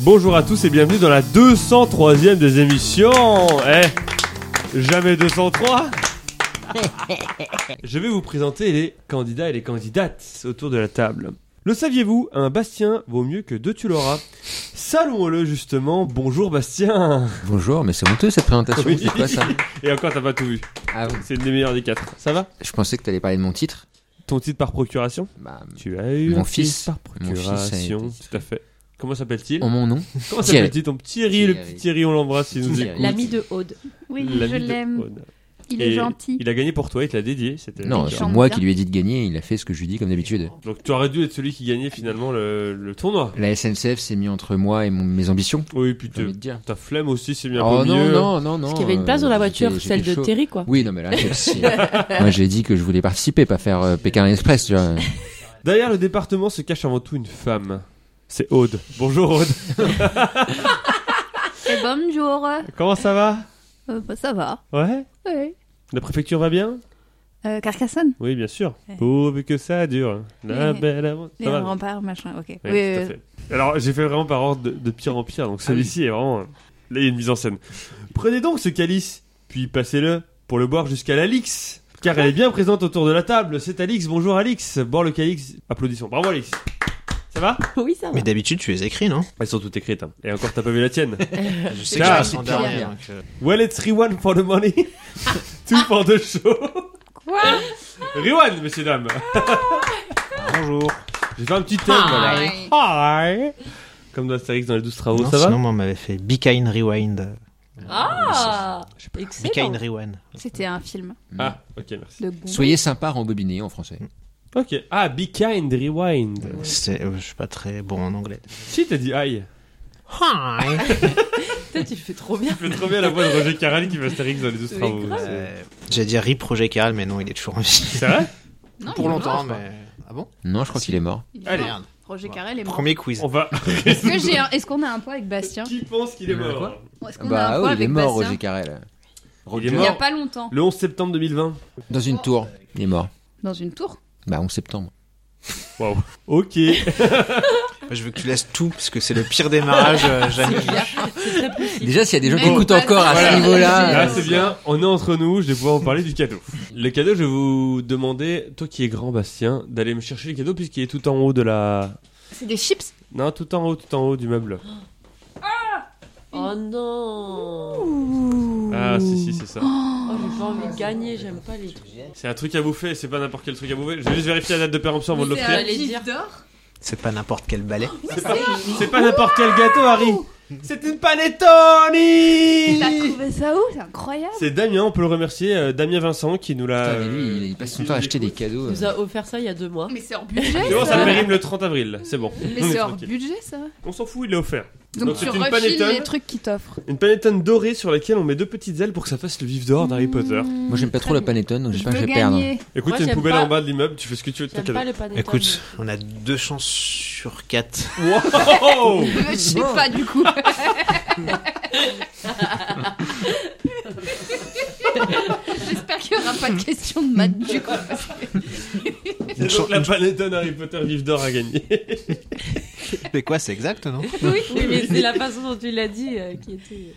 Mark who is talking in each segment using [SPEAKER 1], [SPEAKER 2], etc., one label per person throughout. [SPEAKER 1] Bonjour à tous et bienvenue dans la 203e des émissions. Eh, jamais 203. Je vais vous présenter les candidats et les candidates autour de la table. Le saviez-vous, un Bastien vaut mieux que deux Tuloras. Saluons-le justement. Bonjour Bastien.
[SPEAKER 2] Bonjour, mais c'est honteux cette présentation,
[SPEAKER 1] Oui.
[SPEAKER 2] c'est quoi ça
[SPEAKER 1] Et encore, t'as pas tout vu.
[SPEAKER 2] ah, oui.
[SPEAKER 1] C'est une des meilleures des quatre. Ça va
[SPEAKER 2] Je pensais que t'allais parler de mon titre.
[SPEAKER 1] Ton titre par procuration
[SPEAKER 2] Bah,
[SPEAKER 1] Tu as eu
[SPEAKER 2] Mon
[SPEAKER 1] un titre
[SPEAKER 2] fils.
[SPEAKER 1] par
[SPEAKER 2] Mon fils a été-
[SPEAKER 1] procuration. Tout à fait. Comment s'appelle-t-il
[SPEAKER 2] en mon nom
[SPEAKER 1] Comment
[SPEAKER 2] Thierry.
[SPEAKER 1] s'appelle-t-il ton petit Thierry, le
[SPEAKER 2] Thierry.
[SPEAKER 1] petit Thierry, on l'embrasse, il nous
[SPEAKER 2] Thierry.
[SPEAKER 1] écoute.
[SPEAKER 3] L'ami de Aude.
[SPEAKER 4] Oui,
[SPEAKER 1] L'ami
[SPEAKER 4] je
[SPEAKER 1] de
[SPEAKER 4] l'aime.
[SPEAKER 1] Aude.
[SPEAKER 4] Il
[SPEAKER 1] Et
[SPEAKER 4] est gentil.
[SPEAKER 1] Il a gagné pour toi, il te l'a dédié. C'était
[SPEAKER 2] Non,
[SPEAKER 4] Il
[SPEAKER 2] c'est
[SPEAKER 4] chante
[SPEAKER 2] moi
[SPEAKER 4] bien.
[SPEAKER 2] qui lui ai dit de gagner, il a fait ce que je lui dis comme d'habitude.
[SPEAKER 1] Donc tu aurais dû être celui qui gagnait finalement le, le tournoi.
[SPEAKER 2] La SNCF s'est mis entre moi et mon- mes ambitions.
[SPEAKER 1] Oui, puis
[SPEAKER 2] J'ai
[SPEAKER 1] te-
[SPEAKER 2] envie de dire.
[SPEAKER 1] ta flemme aussi, c'est bien
[SPEAKER 2] Oh
[SPEAKER 1] peu
[SPEAKER 2] non,
[SPEAKER 1] mieux.
[SPEAKER 2] non, non, non.
[SPEAKER 3] Parce qu'il y avait une place
[SPEAKER 2] euh,
[SPEAKER 3] dans la
[SPEAKER 2] j'étais-
[SPEAKER 3] voiture,
[SPEAKER 2] j'étais
[SPEAKER 3] celle de
[SPEAKER 2] chaud.
[SPEAKER 3] Terry, quoi.
[SPEAKER 2] Oui, non, mais là, celle-ci. moi j'ai dit que je voulais participer, pas faire euh, Pékin Express, tu vois.
[SPEAKER 1] Derrière le département se cache avant tout une femme. C'est Aude. Bonjour Aude.
[SPEAKER 4] Et bonjour. Euh,
[SPEAKER 1] Comment ça va
[SPEAKER 4] bah, ça va.
[SPEAKER 1] Ouais
[SPEAKER 4] Oui.
[SPEAKER 1] La préfecture va bien
[SPEAKER 4] Euh, Carcassonne
[SPEAKER 1] Oui, bien sûr.
[SPEAKER 4] Ouais.
[SPEAKER 1] Pourvu que ça dure. La
[SPEAKER 4] Ouais.
[SPEAKER 1] belle avant-
[SPEAKER 4] Les
[SPEAKER 1] Ça va
[SPEAKER 4] remparts, machin, ok.
[SPEAKER 1] Ouais,
[SPEAKER 4] Oui, euh,
[SPEAKER 1] tout à
[SPEAKER 4] oui, Ah
[SPEAKER 1] fait. Alors, j'ai fait vraiment par ordre de, de pire en pire, donc celui-ci est vraiment. Là, il y a une mise en scène. Prenez donc ce calice, puis passez-le pour le boire jusqu'à l'Alix, car elle est bien présente autour de la table. C'est Alix, bonjour Alix. Boire le calice, applaudissons. Bravo Alix. Ça va
[SPEAKER 3] Oui, ça va.
[SPEAKER 5] Mais d'habitude, tu les écris, non
[SPEAKER 1] Elles sont toutes écrites, hein. et encore t'as pas vu la tienne.
[SPEAKER 5] Je sais
[SPEAKER 1] que
[SPEAKER 5] que
[SPEAKER 1] je
[SPEAKER 5] je
[SPEAKER 1] reste
[SPEAKER 5] en
[SPEAKER 2] pire.
[SPEAKER 5] dernier. donc, euh,
[SPEAKER 1] Well, it's Rewan for the money. Tout for the show.
[SPEAKER 4] Quoi Ah,
[SPEAKER 1] Rewan, messieurs, dames.
[SPEAKER 5] Bonjour.
[SPEAKER 1] J'ai fait un petit thème, voilà. Hi. Comme dans Astérix dans les 12 travaux,
[SPEAKER 5] Non,
[SPEAKER 1] ça
[SPEAKER 5] sinon,
[SPEAKER 1] va
[SPEAKER 5] moi, on m'avait fait Be Kind Rewind.
[SPEAKER 3] Ah
[SPEAKER 5] Be
[SPEAKER 3] Excellent.
[SPEAKER 5] Kind Rewind.
[SPEAKER 4] C'était un film
[SPEAKER 1] Ah, ok, merci.
[SPEAKER 4] de goût.
[SPEAKER 2] Soyez sympa, rembobiné en français.
[SPEAKER 1] Ok. Ah, Be Kind, Rewind.
[SPEAKER 5] C'est- euh, je suis pas très bon en anglais.
[SPEAKER 1] Si, t'as dit aïe.
[SPEAKER 3] Toi, tu le fais trop bien.
[SPEAKER 1] Je fais trop bien la voix de Roger Carrel qui fait Astérix dans les 12
[SPEAKER 3] Oui,
[SPEAKER 1] travaux.
[SPEAKER 3] grave.
[SPEAKER 1] C'est-
[SPEAKER 5] Euh, J'allais dire Rip Roger Carrel, mais non, il est toujours en vie.
[SPEAKER 1] C'est vrai
[SPEAKER 4] Non,
[SPEAKER 5] Pour
[SPEAKER 4] il est mort.
[SPEAKER 5] longtemps, mais. Ah bon
[SPEAKER 2] Non, je crois qu'il est mort.
[SPEAKER 4] Il est
[SPEAKER 1] Allez.
[SPEAKER 4] mort. Roger Carrel est mort.
[SPEAKER 5] Premier quiz.
[SPEAKER 1] On va.
[SPEAKER 4] Est-ce que j'ai un- est-ce qu'on a un point avec Bastien
[SPEAKER 1] Qui pense qu'il est
[SPEAKER 2] Il y en a
[SPEAKER 1] mort
[SPEAKER 2] quoi
[SPEAKER 4] Est-ce qu'on a un
[SPEAKER 2] Bah,
[SPEAKER 4] point
[SPEAKER 2] oh, il est
[SPEAKER 4] avec
[SPEAKER 2] mort,
[SPEAKER 4] Bastien
[SPEAKER 2] Roger Carrel.
[SPEAKER 1] Il est
[SPEAKER 4] Il n'y a
[SPEAKER 1] mort.
[SPEAKER 4] pas longtemps.
[SPEAKER 1] Le 11 septembre 2020.
[SPEAKER 2] Dans une tour, il est mort.
[SPEAKER 4] Dans une tour
[SPEAKER 2] Bah, 11 septembre.
[SPEAKER 1] Ok.
[SPEAKER 5] Je veux que tu laisses tout, parce que c'est le pire démarrage euh, jamais.
[SPEAKER 2] Déjà, s'il y a des gens qui
[SPEAKER 4] Mais
[SPEAKER 2] écoutent
[SPEAKER 4] voilà.
[SPEAKER 2] encore à ce
[SPEAKER 4] Voilà.
[SPEAKER 2] niveau-là.
[SPEAKER 1] Là,
[SPEAKER 2] euh,
[SPEAKER 1] c'est bien. On est entre nous. Je vais pouvoir vous parler du cadeau. Le cadeau, je vais vous demander, toi qui es grand Bastien, d'aller me chercher le cadeau puisqu'il est tout en haut de la.
[SPEAKER 4] C'est des chips
[SPEAKER 1] Non, tout en haut, tout en haut du meuble.
[SPEAKER 3] Oh non
[SPEAKER 1] Ah, si, si, c'est ça.
[SPEAKER 3] Oh, j'ai pas envie de gagner, j'aime pas les trucs.
[SPEAKER 1] C'est un truc à bouffer. C'est pas n'importe quel truc à bouffer. Je vais juste vérifier la date de péremption avant de
[SPEAKER 4] C'est un
[SPEAKER 1] l'offrir.
[SPEAKER 3] J'allais
[SPEAKER 4] gif
[SPEAKER 3] dire.
[SPEAKER 4] d'or
[SPEAKER 5] C'est pas n'importe quel balai.
[SPEAKER 1] C'est pas, c'est pas n'importe quel gâteau, Harry. C'est une panettone.
[SPEAKER 4] T'as trouvé ça où C'est incroyable
[SPEAKER 1] C'est Damien, on peut le remercier, euh, Damien Vincent qui nous l'a. euh,
[SPEAKER 2] Putain, mais lui, il- il passe son temps à acheter des cadeaux. euh.
[SPEAKER 3] Il nous a offert ça il y a deux mois.
[SPEAKER 4] Mais c'est hors budget
[SPEAKER 1] C'est bon, ça
[SPEAKER 4] ça.
[SPEAKER 1] périme le 30 avril, c'est bon.
[SPEAKER 4] Mais
[SPEAKER 1] On est
[SPEAKER 4] c'est hors
[SPEAKER 1] tranquille.
[SPEAKER 4] budget ça
[SPEAKER 1] On s'en fout, il est offert.
[SPEAKER 4] Donc,
[SPEAKER 1] Donc,
[SPEAKER 4] tu
[SPEAKER 1] c'est une
[SPEAKER 4] refiles
[SPEAKER 1] panettone.
[SPEAKER 4] les trucs qui t'offrent.
[SPEAKER 1] Une panettone dorée sur laquelle on met deux petites ailes pour que ça fasse le vif dehors
[SPEAKER 2] Mmh.
[SPEAKER 1] d'Harry Potter.
[SPEAKER 2] Moi, j'aime pas trop la panettone, donc
[SPEAKER 4] Je
[SPEAKER 2] j'espère que
[SPEAKER 4] Hmm. peux
[SPEAKER 2] je vais perdre.
[SPEAKER 4] gagner.
[SPEAKER 1] Écoute,
[SPEAKER 3] Moi,
[SPEAKER 1] il y a une
[SPEAKER 3] j'aime
[SPEAKER 1] poubelle
[SPEAKER 3] pas.
[SPEAKER 1] en bas de l'immeuble, tu fais ce que tu veux de ton
[SPEAKER 3] J'aime pas
[SPEAKER 1] cadeau.
[SPEAKER 3] le panettone.
[SPEAKER 5] Écoute, on a deux chances sur quatre.
[SPEAKER 1] Wow
[SPEAKER 4] Je sais pas du coup. J'espère qu'il n'y aura pas de question de maths du coup.
[SPEAKER 1] C'est donc la panettone Harry Potter vif d'or à gagner.
[SPEAKER 5] Mais quoi, c'est exact, non
[SPEAKER 4] Oui,
[SPEAKER 3] Oui, mais c'est la façon dont tu l'as dit euh, qui était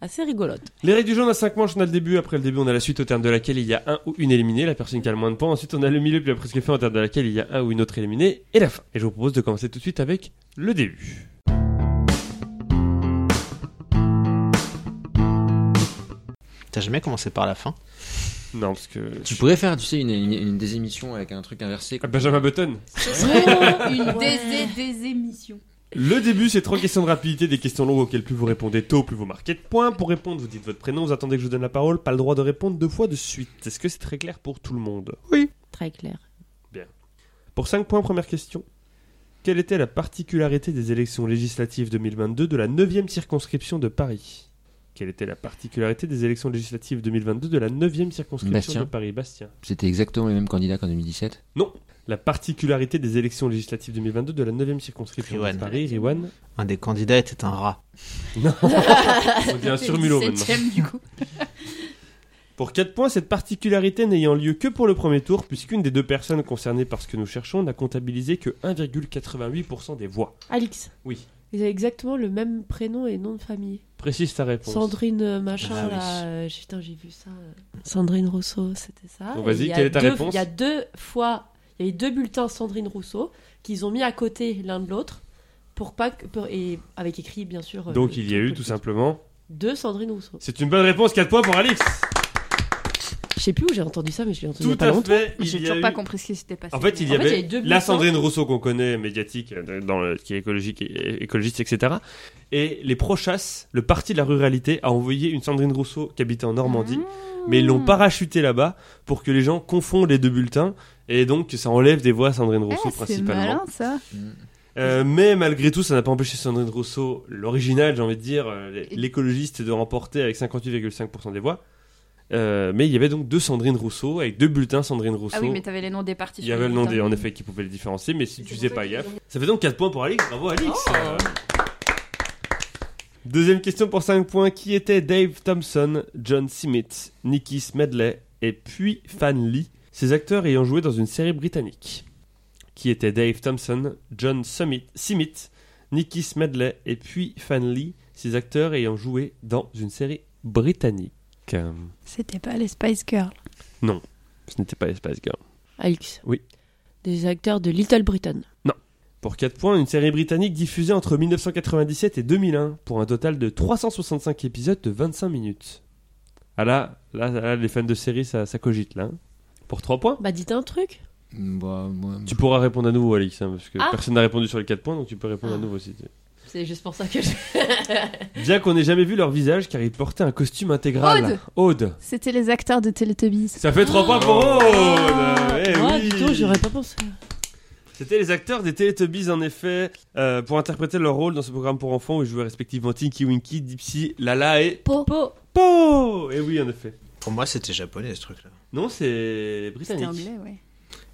[SPEAKER 3] assez rigolote.
[SPEAKER 1] Les règles du jeu, on a 5 manches, on a le début, après le début, on a la suite au terme de laquelle il y a un ou une éliminée, la personne qui a le moins de points. Ensuite, on a le milieu, puis la presque fin au terme de laquelle il y a un ou une autre éliminée, et la fin. Et je vous propose de commencer tout de suite avec le début.
[SPEAKER 5] T'as jamais commencé par la fin
[SPEAKER 1] Non, parce que.
[SPEAKER 2] Tu pourrais faire, tu sais, une, une, une des émissions avec un truc inversé.
[SPEAKER 1] Ah,
[SPEAKER 2] quoi.
[SPEAKER 1] Benjamin Button
[SPEAKER 4] Une des, des émissions.
[SPEAKER 1] Le début, c'est trois questions de rapidité, des questions longues auxquelles plus vous répondez tôt, plus vous marquez de points. Pour répondre, vous dites votre prénom, vous attendez que je vous donne la parole, pas le droit de répondre deux fois de suite. Est-ce que c'est très clair pour tout le monde
[SPEAKER 3] Très clair.
[SPEAKER 1] Pour 5 points, première question. Quelle était la particularité des élections législatives 2022 de la 9e circonscription de Paris Quelle était la particularité des élections législatives 2022 de la 9e circonscription
[SPEAKER 2] Bastien.
[SPEAKER 1] de Paris Bastien.
[SPEAKER 2] C'était exactement les mêmes candidats qu'en 2017.
[SPEAKER 1] La particularité des élections législatives 2022 de la 9e circonscription de
[SPEAKER 5] Riwan.
[SPEAKER 1] Paris, Riwan.
[SPEAKER 5] Un des candidats était un rat.
[SPEAKER 1] Non On dit un
[SPEAKER 4] C'est
[SPEAKER 1] surmulot
[SPEAKER 4] le
[SPEAKER 1] maintenant.
[SPEAKER 4] 17e, du coup.
[SPEAKER 1] Pour 4 points, cette particularité n'ayant lieu que pour le premier tour, puisqu'une des deux personnes concernées par ce que nous cherchons n'a comptabilisé que 1,88% des voix.
[SPEAKER 3] Alix.
[SPEAKER 1] Oui.
[SPEAKER 3] Ils avaient exactement le même prénom et nom de famille.
[SPEAKER 1] Précise ta réponse.
[SPEAKER 3] Sandrine euh, machin
[SPEAKER 5] Ah oui.
[SPEAKER 3] là, euh, j'ai- putain, j'ai vu ça. euh. Sandrine Rousseau, c'était ça.
[SPEAKER 1] Bon, vas-y,
[SPEAKER 3] Et il y a
[SPEAKER 1] quelle est ta
[SPEAKER 3] deux-
[SPEAKER 1] réponse
[SPEAKER 3] Il y a deux fois, il y a eu deux bulletins Sandrine Rousseau qu'ils ont mis à côté l'un de l'autre pour pas que, pour- et avec écrit bien sûr. euh,
[SPEAKER 1] Donc
[SPEAKER 3] le
[SPEAKER 1] il y a eu
[SPEAKER 3] truc
[SPEAKER 1] tout
[SPEAKER 3] politique.
[SPEAKER 1] simplement.
[SPEAKER 3] Deux Sandrine Rousseau.
[SPEAKER 1] C'est une bonne réponse, 4 points pour Alix.
[SPEAKER 3] Je sais plus où j'ai entendu ça, mais je l'ai entendu il y a
[SPEAKER 1] Tout
[SPEAKER 3] pas
[SPEAKER 1] à
[SPEAKER 3] longtemps.
[SPEAKER 1] fait. il
[SPEAKER 4] J'ai
[SPEAKER 1] y a
[SPEAKER 4] toujours
[SPEAKER 1] eu-
[SPEAKER 4] pas compris ce qui s'était passé.
[SPEAKER 1] En fait, il y
[SPEAKER 3] En fait, il y
[SPEAKER 1] avait
[SPEAKER 3] avait deux
[SPEAKER 1] la
[SPEAKER 3] bulletins.
[SPEAKER 1] Sandrine Rousseau qu'on connaît, médiatique, euh, dans le- qui est écologique, et- écologiste, etc. Et les Prochasses, le parti de la ruralité, a envoyé une Sandrine Rousseau qui habitait en Normandie,
[SPEAKER 4] Ah.
[SPEAKER 1] mais ils l'ont parachutée là-bas pour que les gens confondent les deux bulletins et donc que ça enlève des voix à Sandrine
[SPEAKER 4] Ah,
[SPEAKER 1] Rousseau
[SPEAKER 4] c'est
[SPEAKER 1] principalement.
[SPEAKER 4] malin ça.
[SPEAKER 1] Euh, mais malgré tout, ça n'a pas empêché Sandrine Rousseau, l'original, j'ai envie de dire, euh, l'é- l'écologiste, de remporter avec 58,5% des voix. Euh, mais il y avait donc deux Sandrine Rousseau, avec deux bulletins Sandrine Rousseau.
[SPEAKER 4] Ah oui, mais t'avais les noms des parties.
[SPEAKER 1] il y
[SPEAKER 4] sur
[SPEAKER 1] avait le nom
[SPEAKER 4] bulletins.
[SPEAKER 1] des, en effet, qui pouvait les différencier, mais si tu faisais pas gaffe. Ça fait donc 4 points pour Alix, bravo Alix Euh, Deuxième question pour 5 points, qui étaient Dave Thompson, John Simmet, Nicky Smedley et puis Fan Lee, ces acteurs ayant joué dans une série britannique Qui étaient Dave Thompson, John Summit, Simmet, Nicky Smedley et puis Fan Lee, ces acteurs ayant joué dans une série britannique Ce
[SPEAKER 6] C'était pas les Spice Girls.
[SPEAKER 1] n'était pas Espace Girl.
[SPEAKER 3] Alix.
[SPEAKER 1] Oui.
[SPEAKER 3] Des acteurs de Little Britain.
[SPEAKER 1] Pour 4 points, une série britannique diffusée entre 1997 et 2001 pour un total de 365 épisodes de 25 minutes. Ah là, là, là, les fans de série, ça, ça cogite là. hein. Pour 3 points,
[SPEAKER 3] Bah dites un truc.
[SPEAKER 2] Bah, moi,
[SPEAKER 1] tu pourras répondre à nouveau, Alix, hein, parce que
[SPEAKER 3] Ah.
[SPEAKER 1] personne n'a répondu sur les 4 points, donc tu peux répondre à
[SPEAKER 3] Ah.
[SPEAKER 1] nouveau si tu
[SPEAKER 3] C'est juste pour ça que je.
[SPEAKER 1] Bien qu'on n'ait jamais vu leur visage car ils portaient un costume intégral. Aude.
[SPEAKER 6] C'était les acteurs de Teletubbies.
[SPEAKER 1] Ça fait 3 points pour Aude Oh Eh
[SPEAKER 3] Ah,
[SPEAKER 1] oui.
[SPEAKER 3] dis donc, Oh. j'aurais pas pensé.
[SPEAKER 1] C'était les acteurs des Teletubbies, en effet, euh, pour interpréter leur rôle dans ce programme pour enfants où ils jouaient respectivement Tinky Winky, Dipsy, Lala et
[SPEAKER 3] Po.
[SPEAKER 1] Po Et Eh oui, en effet.
[SPEAKER 5] Pour moi, c'était japonais ce truc-là.
[SPEAKER 1] Non, c'est
[SPEAKER 4] C'était
[SPEAKER 1] britannique.
[SPEAKER 4] anglais, ouais.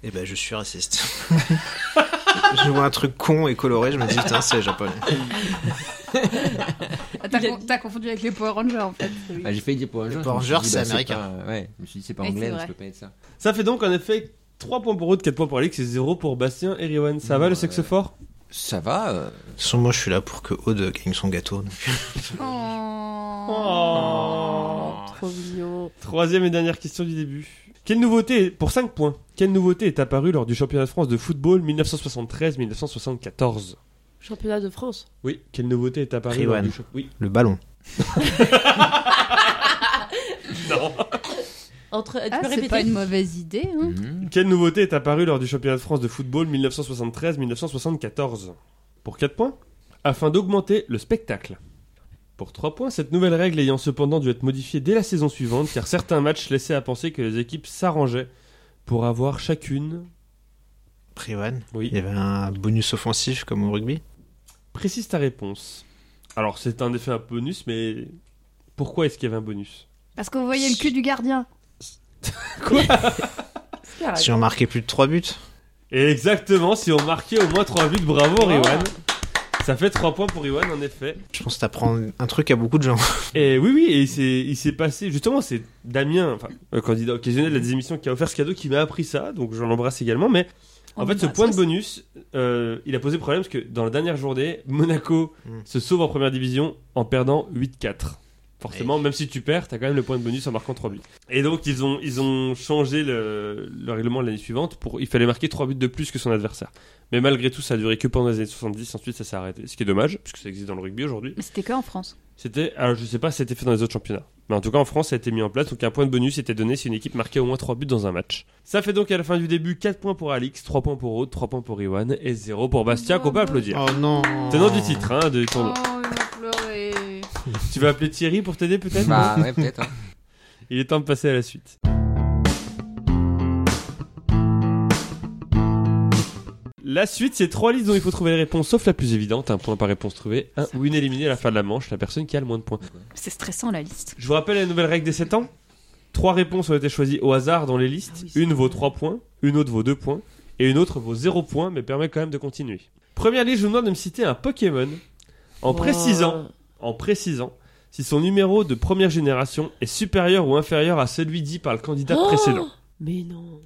[SPEAKER 5] Eh ben, je suis raciste. je vois un truc con et coloré, je me dis, putain, c'est japonais.
[SPEAKER 4] Ah, T'as
[SPEAKER 3] Il a
[SPEAKER 4] con- t'as confondu avec les Power Rangers en fait.
[SPEAKER 2] Ah, j'ai failli dire Power Rangers.
[SPEAKER 5] Power
[SPEAKER 2] je me suis
[SPEAKER 5] Rangers,
[SPEAKER 2] dit,
[SPEAKER 5] c'est
[SPEAKER 2] bah,
[SPEAKER 5] américain.
[SPEAKER 2] pas- ouais, je me suis dit, c'est pas
[SPEAKER 4] Ouais,
[SPEAKER 2] anglais,
[SPEAKER 4] c'est
[SPEAKER 2] donc ça
[SPEAKER 4] vrai.
[SPEAKER 2] peut pas être ça.
[SPEAKER 1] Ça fait donc, en effet, 3 points pour Aude, 4 points pour Alex et 0 pour Bastien et Riwan. Ça va
[SPEAKER 2] Ouais.
[SPEAKER 1] le sexe fort
[SPEAKER 2] Ça va. euh,
[SPEAKER 5] Sans moi, je suis là pour que Aude gagne son gâteau. donc.
[SPEAKER 4] Oh. Ah,
[SPEAKER 1] Oh.
[SPEAKER 3] Trop mignon.
[SPEAKER 1] Troisième et dernière question du début. Quelle nouveauté, pour 5 points, quelle nouveauté est apparue lors du championnat de France de football 1973-1974
[SPEAKER 3] Championnat de France.
[SPEAKER 1] Oui, quelle nouveauté est apparue
[SPEAKER 5] Riwan.
[SPEAKER 1] lors du championnat Oui,
[SPEAKER 5] Le ballon.
[SPEAKER 1] non
[SPEAKER 3] Entre, tu
[SPEAKER 4] Ah,
[SPEAKER 3] peux
[SPEAKER 4] c'est
[SPEAKER 3] répéter
[SPEAKER 4] pas une mauvaise idée. Hein.
[SPEAKER 2] mhm.
[SPEAKER 1] Quelle nouveauté est apparue lors du championnat de France de football 1973-1974 Pour 4 points, afin d'augmenter le spectacle. Pour 3 points, cette nouvelle règle ayant cependant dû être modifiée dès la saison suivante, car certains matchs laissaient à penser que les équipes s'arrangeaient pour avoir chacune.
[SPEAKER 5] Privan.
[SPEAKER 1] Oui.
[SPEAKER 5] Il y avait un bonus offensif comme au rugby.
[SPEAKER 1] Précise ta réponse. Alors, c'est un effet un bonus, mais pourquoi est-ce qu'il y avait un bonus
[SPEAKER 4] Parce qu'on voyait le cul du gardien.
[SPEAKER 5] Si on marquait plus de 3 buts.
[SPEAKER 1] Et exactement, si on marquait au moins 3 buts, bravo Riwan Ça fait 3 points pour Riwan en effet.
[SPEAKER 5] Je pense que t'apprends un truc à beaucoup de gens.
[SPEAKER 1] Et oui, oui, et il s'est- il s'est passé, justement, c'est Damien, enfin, euh, candidat occasionnel à des émissions qui a offert ce cadeau, qui m'a appris ça, donc je l'embrasse également. Mais en
[SPEAKER 4] On
[SPEAKER 1] fait, ce
[SPEAKER 4] l'embrasse
[SPEAKER 1] point
[SPEAKER 3] Ah,
[SPEAKER 1] de
[SPEAKER 4] tous.
[SPEAKER 1] bonus, euh, il a posé problème parce que dans la dernière journée, Monaco
[SPEAKER 5] Mm.
[SPEAKER 1] se sauve en première division en perdant 8-4. Forcément, même si tu perds, t'as quand même le point de bonus en marquant 3 buts. Et donc, ils ont, ils ont changé le, le règlement l'année suivante. Pour, il fallait marquer 3 buts de plus que son adversaire. Mais malgré tout, ça a duré que pendant les années 70. Ensuite, ça s'est arrêté. Ce qui est dommage, puisque ça existe dans le rugby aujourd'hui.
[SPEAKER 4] Mais c'était que en France.
[SPEAKER 1] C'était, alors je sais pas si c'était fait dans les autres championnats, mais en tout cas en France ça a été mis en place, donc un point de bonus était donné si une équipe marquait au moins 3 buts dans un match. Ça fait donc à la fin du début 4 points pour Alix, 3 points pour Aude, 3 points pour Iwan et 0 pour Bastia qu'on peut applaudir.
[SPEAKER 5] Oh non.
[SPEAKER 1] Tenant du titre, hein, de ton nom.
[SPEAKER 4] Oh, il m'a pleuré.
[SPEAKER 1] Tu vas appeler Thierry pour t'aider peut-être
[SPEAKER 2] Bah, ouais, peut-être. hein.
[SPEAKER 1] Il est temps de passer à la suite. La suite, c'est trois listes dont il faut trouver les réponses, sauf la plus évidente, un point par réponse trouvée, un ou une éliminée à la fin de la manche, la personne qui a le moins de points.
[SPEAKER 4] C'est stressant la liste.
[SPEAKER 1] Je vous rappelle la nouvelle règle des 7 ans. Trois réponses ont été choisies au hasard dans les listes.
[SPEAKER 3] Ah oui, c'est
[SPEAKER 1] une
[SPEAKER 3] vrai.
[SPEAKER 1] vaut 3 points, une autre vaut 2 points, et une autre vaut 0 points, mais permet quand même de continuer. Première liste, je vous demande de me citer un Pokémon en précisant,
[SPEAKER 3] euh,
[SPEAKER 1] en précisant si son numéro de première génération est supérieur ou inférieur à celui dit par le candidat
[SPEAKER 3] Oh
[SPEAKER 1] précédent.
[SPEAKER 3] Mais non.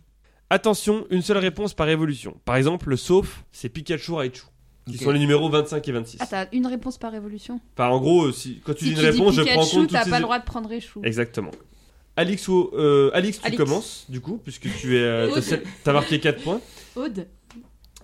[SPEAKER 1] Attention, une seule réponse par évolution. Par exemple, le sauf, c'est Pikachu Raichu. qui
[SPEAKER 5] Ok.
[SPEAKER 1] sont les numéros 25 et 26.
[SPEAKER 4] Ah, t'as une réponse par révolution.
[SPEAKER 1] Enfin, en gros, euh, si, quand tu
[SPEAKER 4] si
[SPEAKER 1] dis une
[SPEAKER 4] tu
[SPEAKER 1] réponse,
[SPEAKER 4] dis
[SPEAKER 1] je prends en
[SPEAKER 4] Pikachu,
[SPEAKER 1] compte toutes
[SPEAKER 4] t'as
[SPEAKER 1] ces-
[SPEAKER 4] pas le droit de prendre échou.
[SPEAKER 1] Exactement. Alex, ou- euh, Alix, tu
[SPEAKER 3] Alix.
[SPEAKER 1] commences, du coup, puisque tu es, euh, t'as
[SPEAKER 3] Aude.
[SPEAKER 1] sept- t'as marqué 4 points.
[SPEAKER 3] Aude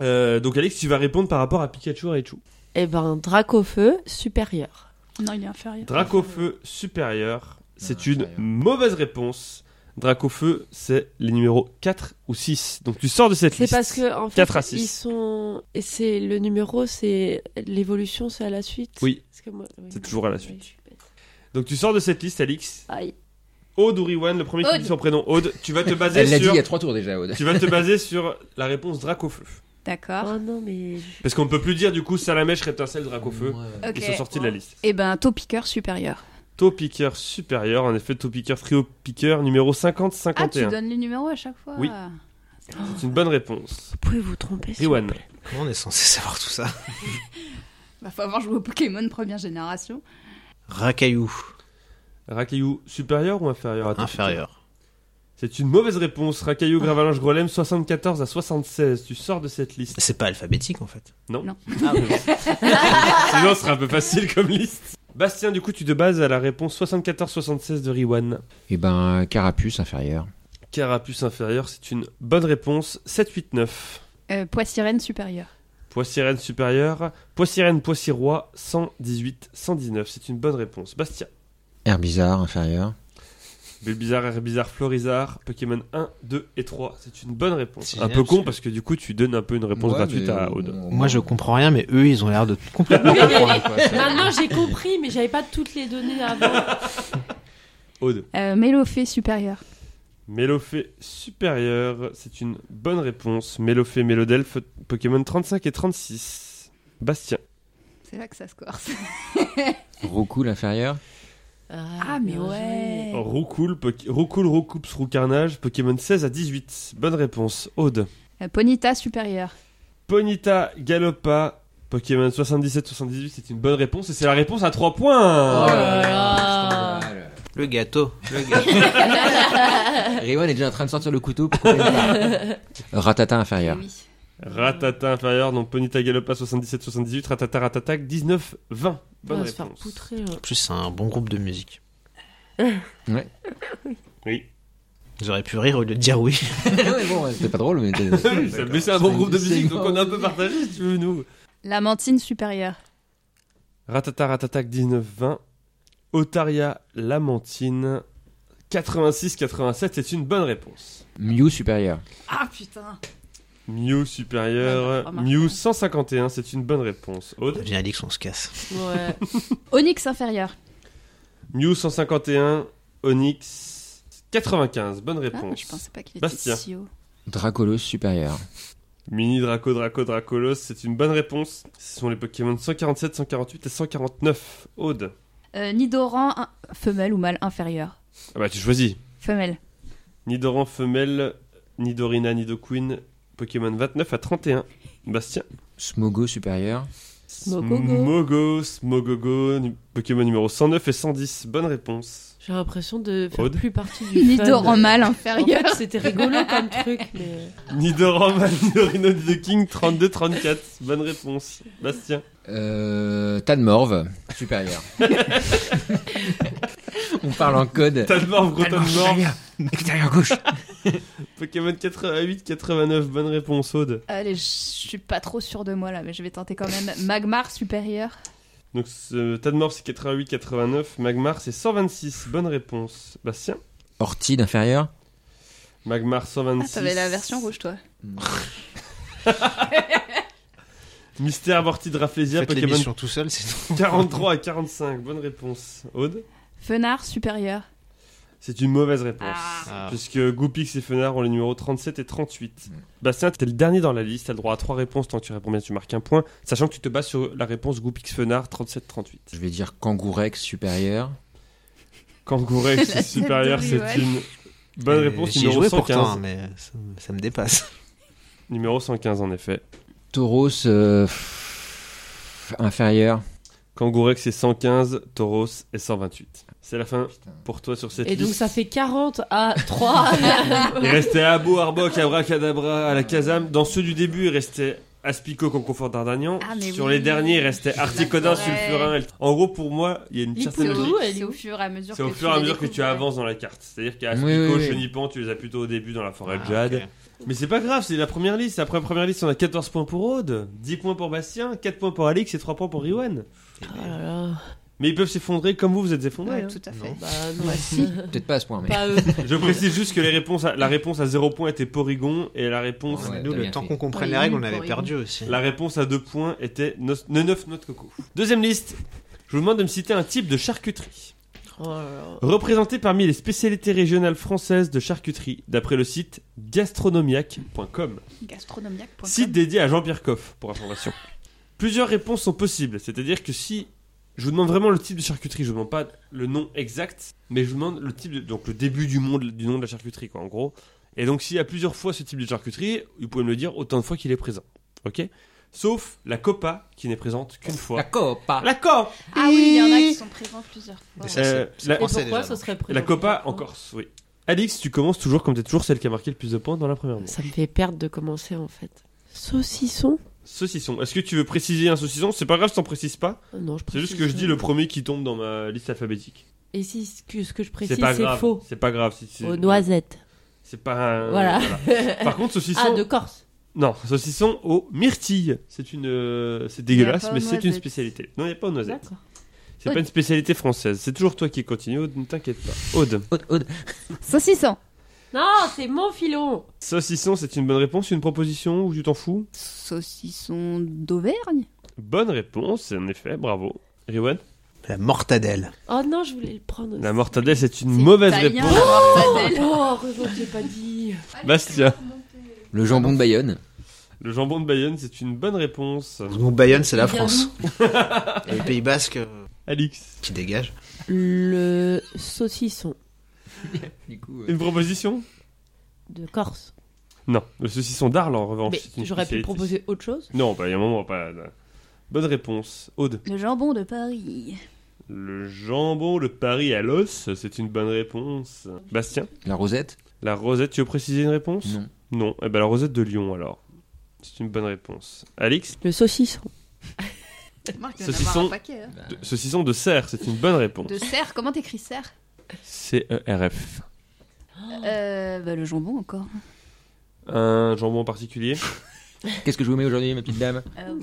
[SPEAKER 1] Euh, donc, Alix, tu vas répondre par rapport à Pikachu et Raichu.
[SPEAKER 3] Eh ben, Dracofeu supérieur.
[SPEAKER 6] Non, il est inférieur.
[SPEAKER 1] Dracofeu supérieur, c'est
[SPEAKER 2] Ah,
[SPEAKER 1] une
[SPEAKER 2] inférieur.
[SPEAKER 1] mauvaise réponse. Dracofeu, c'est les numéros 4 ou 6. Donc, tu sors de cette
[SPEAKER 3] C'est
[SPEAKER 1] liste.
[SPEAKER 3] parce que, en fait,
[SPEAKER 1] Quatre à six.
[SPEAKER 3] ils sont. et c'est le numéro, c'est. L'évolution, c'est à la suite.
[SPEAKER 1] Oui.
[SPEAKER 3] Parce que moi- oui.
[SPEAKER 1] C'est toujours à la
[SPEAKER 3] Oui,
[SPEAKER 1] suite.
[SPEAKER 3] je suis bête.
[SPEAKER 1] Donc, tu sors de cette liste, Alix.
[SPEAKER 3] Aïe.
[SPEAKER 1] Aude ou Riwan, le premier qui
[SPEAKER 4] Aude.
[SPEAKER 1] dit son prénom, Aude, tu vas te baser
[SPEAKER 2] Elle l'a dit
[SPEAKER 1] sur.
[SPEAKER 2] il y a trois tours déjà, Aude.
[SPEAKER 1] Tu vas te baser sur la réponse Dracofeu.
[SPEAKER 4] D'accord.
[SPEAKER 3] Oh non, mais.
[SPEAKER 1] Parce qu'on ne peut plus dire du coup Salamèche, Reptincelle, Dracofeu.
[SPEAKER 4] Ok. Eh
[SPEAKER 1] Ils sont sortis de la liste.
[SPEAKER 6] Et ben, Taupiqueur supérieur.
[SPEAKER 1] Taupiqueur supérieur, en effet, Taupiqueur, Trio Piqueur, numéro 50-51.
[SPEAKER 4] Ah, tu donnes les numéros à chaque fois.
[SPEAKER 1] Oui. C'est une bonne réponse.
[SPEAKER 3] Vous pouvez vous tromper. s'il vous
[SPEAKER 1] Riwan.
[SPEAKER 3] plaît.
[SPEAKER 5] Comment on est censé savoir tout ça
[SPEAKER 4] Bah, faut avoir joué au Pokémon première génération.
[SPEAKER 5] Racaillou,
[SPEAKER 1] Rakayu supérieur ou inférieur à Taupiqueur
[SPEAKER 5] inférieur.
[SPEAKER 1] C'est une mauvaise réponse. Rakayu, Gravalanche, Grolem, 74 à 76. Tu sors de cette liste.
[SPEAKER 5] C'est pas alphabétique en fait.
[SPEAKER 1] Non.
[SPEAKER 4] Non.
[SPEAKER 5] Ah, oui.
[SPEAKER 1] Sinon, ce serait un peu facile comme liste. Bastien, du coup, tu te bases à la réponse 74-76 de Riwan.
[SPEAKER 2] Et ben, Carapuce inférieur.
[SPEAKER 1] Carapuce inférieur, c'est une bonne réponse. 7-8-9.
[SPEAKER 6] Euh, Poissirène supérieur.
[SPEAKER 1] Poissirène supérieure, Poissirène Poissirois 118 119, c'est une bonne réponse. Bastia.
[SPEAKER 2] Herbizarre inférieur.
[SPEAKER 1] Bulbizarre, Herbizarre, Florizarre, Pokémon 1, 2 et 3, c'est une bonne réponse.
[SPEAKER 5] C'est
[SPEAKER 1] Un
[SPEAKER 5] génial,
[SPEAKER 1] peu con
[SPEAKER 5] celui-là.
[SPEAKER 1] parce que du coup tu donnes un peu une réponse gratuite à Aude.
[SPEAKER 5] Moi je comprends rien, mais eux ils ont l'air de complètement
[SPEAKER 3] Oui, mais-
[SPEAKER 5] comprendre.
[SPEAKER 3] Maintenant, j'ai compris, mais j'avais pas toutes les données avant.
[SPEAKER 1] Aude.
[SPEAKER 6] Euh, Mélophée supérieur.
[SPEAKER 1] Mélophée supérieur, c'est une bonne réponse. Mélophée, Mélodelphe, Pokémon 35 et 36. Bastien.
[SPEAKER 4] C'est là que ça se corse.
[SPEAKER 2] Roucoule inférieur.
[SPEAKER 4] Ah, mais
[SPEAKER 3] bien joué.
[SPEAKER 4] ouais.
[SPEAKER 1] Roucoule, Poké- Roucoule, Roucoups, Roucarnage, Pokémon 16 à 18. Bonne réponse. Aude.
[SPEAKER 4] Euh, Ponita supérieur.
[SPEAKER 1] Ponita Galopa, Pokémon 77-78, c'est une bonne réponse et c'est la réponse à 3 points.
[SPEAKER 3] Oh là là.
[SPEAKER 5] Le gâteau, le gâteau.
[SPEAKER 2] Riwan est déjà en train de sortir le couteau. pour couper le bras. Ratata inférieur.
[SPEAKER 4] Oui.
[SPEAKER 1] Ratata inférieur, donc Ponita Galopa 77-78, Ratata Ratata 19-20. Bonne
[SPEAKER 3] On va se faire
[SPEAKER 1] réponse.
[SPEAKER 3] poutrer. hein. là.
[SPEAKER 5] En plus, c'est un bon groupe de musique.
[SPEAKER 1] Oui.
[SPEAKER 5] J'aurais pu rire au lieu de dire oui.
[SPEAKER 2] Ouais, bon, ouais, C'était pas drôle, mais.
[SPEAKER 1] Ça- mais c'est un bon groupe de
[SPEAKER 2] C'est
[SPEAKER 1] musique,
[SPEAKER 2] bon.
[SPEAKER 1] donc on a un peu partagé si tu veux nous.
[SPEAKER 6] Lamantine supérieure.
[SPEAKER 1] Ratata Ratata 19-20, Otaria Lamantine 86-87, c'est une bonne réponse.
[SPEAKER 2] Mew supérieur.
[SPEAKER 4] Ah putain.
[SPEAKER 1] Mew supérieur,
[SPEAKER 4] Remarque.
[SPEAKER 1] Mew 151, c'est une bonne réponse. Aude
[SPEAKER 5] Viens Alix, on se casse.
[SPEAKER 3] Ouais.
[SPEAKER 4] Onyx inférieur.
[SPEAKER 1] Mew 151, Onyx 95, bonne
[SPEAKER 6] Ah,
[SPEAKER 1] réponse.
[SPEAKER 6] je pensais pas qu'il était
[SPEAKER 1] Bastien.
[SPEAKER 6] si haut.
[SPEAKER 2] Dracolos supérieur.
[SPEAKER 1] Mini Draco Draco Dracolos, c'est une bonne réponse. Ce sont les Pokémon 147, 148 et 149. Aude.
[SPEAKER 4] Euh, Nidoran in- femelle ou mâle inférieur.
[SPEAKER 1] Ah bah tu choisis.
[SPEAKER 4] Femelle.
[SPEAKER 1] Nidoran femelle, Nidorina, Nidoqueen, Pokémon 29 à 31. Bastien.
[SPEAKER 2] Smogo supérieur.
[SPEAKER 3] Smogogo.
[SPEAKER 1] Smogo, Smogogo, nu- Pokémon numéro 109 et 110. Bonne réponse.
[SPEAKER 3] J'ai l'impression de faire
[SPEAKER 1] Aude.
[SPEAKER 3] plus partie du
[SPEAKER 4] Nidoran
[SPEAKER 3] fun.
[SPEAKER 4] mâle
[SPEAKER 3] En
[SPEAKER 4] inférieur.
[SPEAKER 3] fait, c'était rigolo comme truc, mais.
[SPEAKER 1] Nidoran, Nidorino, Nidoking 32, 34. Bonne réponse. Bastien.
[SPEAKER 2] Euh, Tanmorve supérieur. on parle en code.
[SPEAKER 1] Talmorph, gros Talmorph.
[SPEAKER 2] Extérieur gauche.
[SPEAKER 1] Pokémon 88, 89. Bonne réponse, Aude.
[SPEAKER 4] Allez, je suis pas trop sûre de moi là, mais je vais tenter quand même. Magmar supérieur.
[SPEAKER 1] Donc ce Tadmor c'est 88, 89, Magmar c'est 126, bonne réponse. Bastien
[SPEAKER 2] Ortide inférieur.
[SPEAKER 1] Magmar 126.
[SPEAKER 4] Ah, t'avais la version rouge toi.
[SPEAKER 1] Mystère aborti de Rafflesia,
[SPEAKER 5] Faites
[SPEAKER 1] Pokémon
[SPEAKER 5] l'émission tout seul, c'est tout.
[SPEAKER 1] 43 à 45, bonne réponse. Aude
[SPEAKER 4] Fenard supérieur.
[SPEAKER 1] C'est une mauvaise réponse.
[SPEAKER 5] Ah. Hmm.
[SPEAKER 1] Puisque Goupix et Fenard ont les numéros 37 et 38. Bastien, t'es le dernier dans la liste, t'as le droit à 3 réponses tant que tu réponds bien, tu marques un point. Sachant que tu te bases sur la réponse Goupix Fenard 37-38.
[SPEAKER 2] Je vais dire Kangourex supérieur.
[SPEAKER 1] Kangourex
[SPEAKER 4] La tête
[SPEAKER 1] supérieur,
[SPEAKER 4] de
[SPEAKER 1] c'est
[SPEAKER 4] Riwan.
[SPEAKER 1] une bonne
[SPEAKER 5] Euh,
[SPEAKER 1] réponse,
[SPEAKER 5] J'y ai
[SPEAKER 1] numéro
[SPEAKER 5] joué
[SPEAKER 1] 115.
[SPEAKER 5] pourtant, mais ça, ça me dépasse.
[SPEAKER 1] Numéro 115 en effet.
[SPEAKER 2] Tauros euh, inférieur.
[SPEAKER 1] Kangourex c'est 115, Tauros est 128. C'est la fin pour toi sur cette
[SPEAKER 3] Et donc
[SPEAKER 1] liste.
[SPEAKER 3] ça fait 40 à 3.
[SPEAKER 1] Il restait Abo, Arbok, Abracadabra, à la Kazam. Dans ceux du début, il restait Aspico, Concofort, Dardagnan.
[SPEAKER 4] Ah, mais
[SPEAKER 1] Sur
[SPEAKER 4] oui.
[SPEAKER 1] les derniers, il restait Articotin,
[SPEAKER 4] forêt.
[SPEAKER 1] Sulfurin. et- En gros, pour moi, il y a une
[SPEAKER 3] Lipoutou.
[SPEAKER 1] certaine Ah, logique.
[SPEAKER 3] elle est
[SPEAKER 4] C'est
[SPEAKER 3] où
[SPEAKER 4] au fur et à mesure
[SPEAKER 1] C'est au
[SPEAKER 4] que
[SPEAKER 1] fur et à
[SPEAKER 4] tu les
[SPEAKER 1] mesure que tu
[SPEAKER 4] découvres.
[SPEAKER 1] avances dans la carte. C'est-à-dire qu'à
[SPEAKER 2] Oui, oui,
[SPEAKER 1] Aspico,
[SPEAKER 2] oui.
[SPEAKER 1] Chenipan, tu les as plutôt au début dans la forêt
[SPEAKER 5] Ah,
[SPEAKER 1] de Jade.
[SPEAKER 5] ok.
[SPEAKER 1] Mais c'est pas grave, c'est la première liste. Après la première liste, on a 14 points pour Aude, 10 points pour Bastien, 4 points pour Alix et 3 points pour Riwan. Ah
[SPEAKER 3] Oh là là.
[SPEAKER 1] Mais ils peuvent s'effondrer comme vous, vous êtes effondrés.
[SPEAKER 4] Ouais,
[SPEAKER 1] hein.
[SPEAKER 4] tout à fait.
[SPEAKER 5] Non.
[SPEAKER 3] Bah non,
[SPEAKER 2] Peut-être pas à ce point, mais.
[SPEAKER 3] pas eux.
[SPEAKER 1] Je précise juste que les réponses à- la réponse à 0 points était Porygon et la réponse,
[SPEAKER 2] Ouais,
[SPEAKER 5] Nous,
[SPEAKER 2] t'as
[SPEAKER 5] le
[SPEAKER 2] bien
[SPEAKER 5] temps
[SPEAKER 2] fait.
[SPEAKER 5] qu'on comprenne
[SPEAKER 3] Ouais,
[SPEAKER 5] les règles, on
[SPEAKER 3] il
[SPEAKER 5] avait
[SPEAKER 3] faut-
[SPEAKER 5] perdu aussi.
[SPEAKER 1] la réponse à 2 points était 9 noix de coco. Deuxième liste. Je vous demande de me citer un type de charcuterie.
[SPEAKER 3] Oh là là.
[SPEAKER 1] Représenté parmi les spécialités régionales françaises de charcuterie, d'après le site gastronomiac.com.
[SPEAKER 6] Gastronomiaque.com.
[SPEAKER 1] Site dédié à Jean-Pierre Coff, pour information. Plusieurs réponses sont possibles, c'est-à-dire que si je vous demande vraiment le type de charcuterie, je vous demande pas le nom exact, mais je vous demande le type de, donc le début du monde du nom de la charcuterie quoi en gros. Et donc s'il y a plusieurs fois ce type de charcuterie, vous pouvez me le dire autant de fois qu'il est présent. OK Sauf la copa qui n'est présente qu'une
[SPEAKER 2] La
[SPEAKER 1] fois.
[SPEAKER 2] copa.
[SPEAKER 1] La copa.
[SPEAKER 4] Ah oui, il y en a qui sont présents plusieurs fois.
[SPEAKER 5] Mais ça, c'est-
[SPEAKER 1] Euh,
[SPEAKER 5] c'est
[SPEAKER 1] la-
[SPEAKER 3] Et
[SPEAKER 5] français,
[SPEAKER 3] pourquoi
[SPEAKER 5] déjà,
[SPEAKER 3] ce
[SPEAKER 5] donc.
[SPEAKER 3] serait pris
[SPEAKER 1] La
[SPEAKER 3] dans
[SPEAKER 1] copa
[SPEAKER 3] plusieurs
[SPEAKER 1] en
[SPEAKER 3] fois
[SPEAKER 1] Corse, oui. Alix, tu commences toujours comme tu es toujours celle qui a marqué le plus de points dans la première manche.
[SPEAKER 3] Ça me fait perdre de commencer en fait. Saucisson
[SPEAKER 1] Saucisson. Est-ce que tu veux préciser un saucisson C'est pas grave, je t'en précise pas.
[SPEAKER 3] Ah Non, je
[SPEAKER 1] C'est juste
[SPEAKER 3] précise,
[SPEAKER 1] que je dis
[SPEAKER 3] euh,
[SPEAKER 1] le premier qui tombe dans ma liste alphabétique.
[SPEAKER 3] Et si ce que, ce que je
[SPEAKER 1] C'est
[SPEAKER 3] précise,
[SPEAKER 1] pas
[SPEAKER 3] c'est
[SPEAKER 1] grave.
[SPEAKER 3] faux.
[SPEAKER 1] C'est pas grave. Si Euh, tu-
[SPEAKER 3] Aux noisettes.
[SPEAKER 1] C'est pas. un-
[SPEAKER 3] Voilà.
[SPEAKER 1] Par contre, saucisson.
[SPEAKER 3] Ah, de Corse.
[SPEAKER 1] Non, saucisson aux myrtilles. C'est une. euh, C'est dégueulasse,
[SPEAKER 4] pas aux
[SPEAKER 1] mais c'est une
[SPEAKER 4] noisettes.
[SPEAKER 1] spécialité. Non, il n'y a pas aux noisettes.
[SPEAKER 3] D'accord.
[SPEAKER 1] C'est pas une spécialité française. C'est toujours toi qui continue, Aude, ne t'inquiète pas. Aude.
[SPEAKER 2] Aude, Aude.
[SPEAKER 6] Saucisson.
[SPEAKER 3] Non, c'est mon filon.
[SPEAKER 1] Saucisson, c'est une bonne réponse, une proposition ou tu t'en fous
[SPEAKER 6] Saucisson d'Auvergne.
[SPEAKER 1] Bonne réponse, en effet, bravo. Riwan
[SPEAKER 5] La mortadelle.
[SPEAKER 3] Oh non, je voulais le prendre. aussi.
[SPEAKER 1] La mortadelle, c'est une mauvaise
[SPEAKER 4] italien,
[SPEAKER 1] réponse.
[SPEAKER 3] Oh,
[SPEAKER 4] la mortadelle.
[SPEAKER 3] heureusement que j'ai pas dit.
[SPEAKER 1] Bastia.
[SPEAKER 2] Le jambon de Bayonne.
[SPEAKER 1] Le jambon de Bayonne, c'est une bonne réponse.
[SPEAKER 5] Donc Bayonne, c'est la
[SPEAKER 3] Bien
[SPEAKER 5] France. Et le Pays Basque euh,
[SPEAKER 1] Alix,
[SPEAKER 5] qui dégage.
[SPEAKER 3] Le saucisson
[SPEAKER 2] Du coup. euh.
[SPEAKER 1] une proposition
[SPEAKER 3] de Corse.
[SPEAKER 1] Non, le saucisson d'Arles, en revanche. c'est
[SPEAKER 3] Mais
[SPEAKER 1] une
[SPEAKER 3] j'aurais pu
[SPEAKER 1] spécialité.
[SPEAKER 3] proposer autre chose.
[SPEAKER 1] Non, bah, il y a un moment, pas. Bonne réponse. Aude.
[SPEAKER 6] Le jambon de Paris.
[SPEAKER 1] Le jambon de Paris à l'os, c'est une bonne réponse. Bastien,
[SPEAKER 2] La rosette
[SPEAKER 1] la rosette, tu veux préciser une réponse
[SPEAKER 2] Non.
[SPEAKER 1] Non, eh ben la rosette de Lyon alors. C'est une bonne réponse. Alix,
[SPEAKER 3] Le saucisson.
[SPEAKER 4] Marc, il y en a
[SPEAKER 1] Saucisson.
[SPEAKER 4] marre un paquet, hein.
[SPEAKER 1] de- saucisson de cerf, c'est une bonne réponse.
[SPEAKER 4] De cerf, comment t'écris cerf
[SPEAKER 1] C-E-R-F.
[SPEAKER 6] Euh, bah, le jambon encore.
[SPEAKER 1] Un jambon en particulier
[SPEAKER 2] Qu'est-ce que je vous mets aujourd'hui, ma petite dame
[SPEAKER 6] Euh,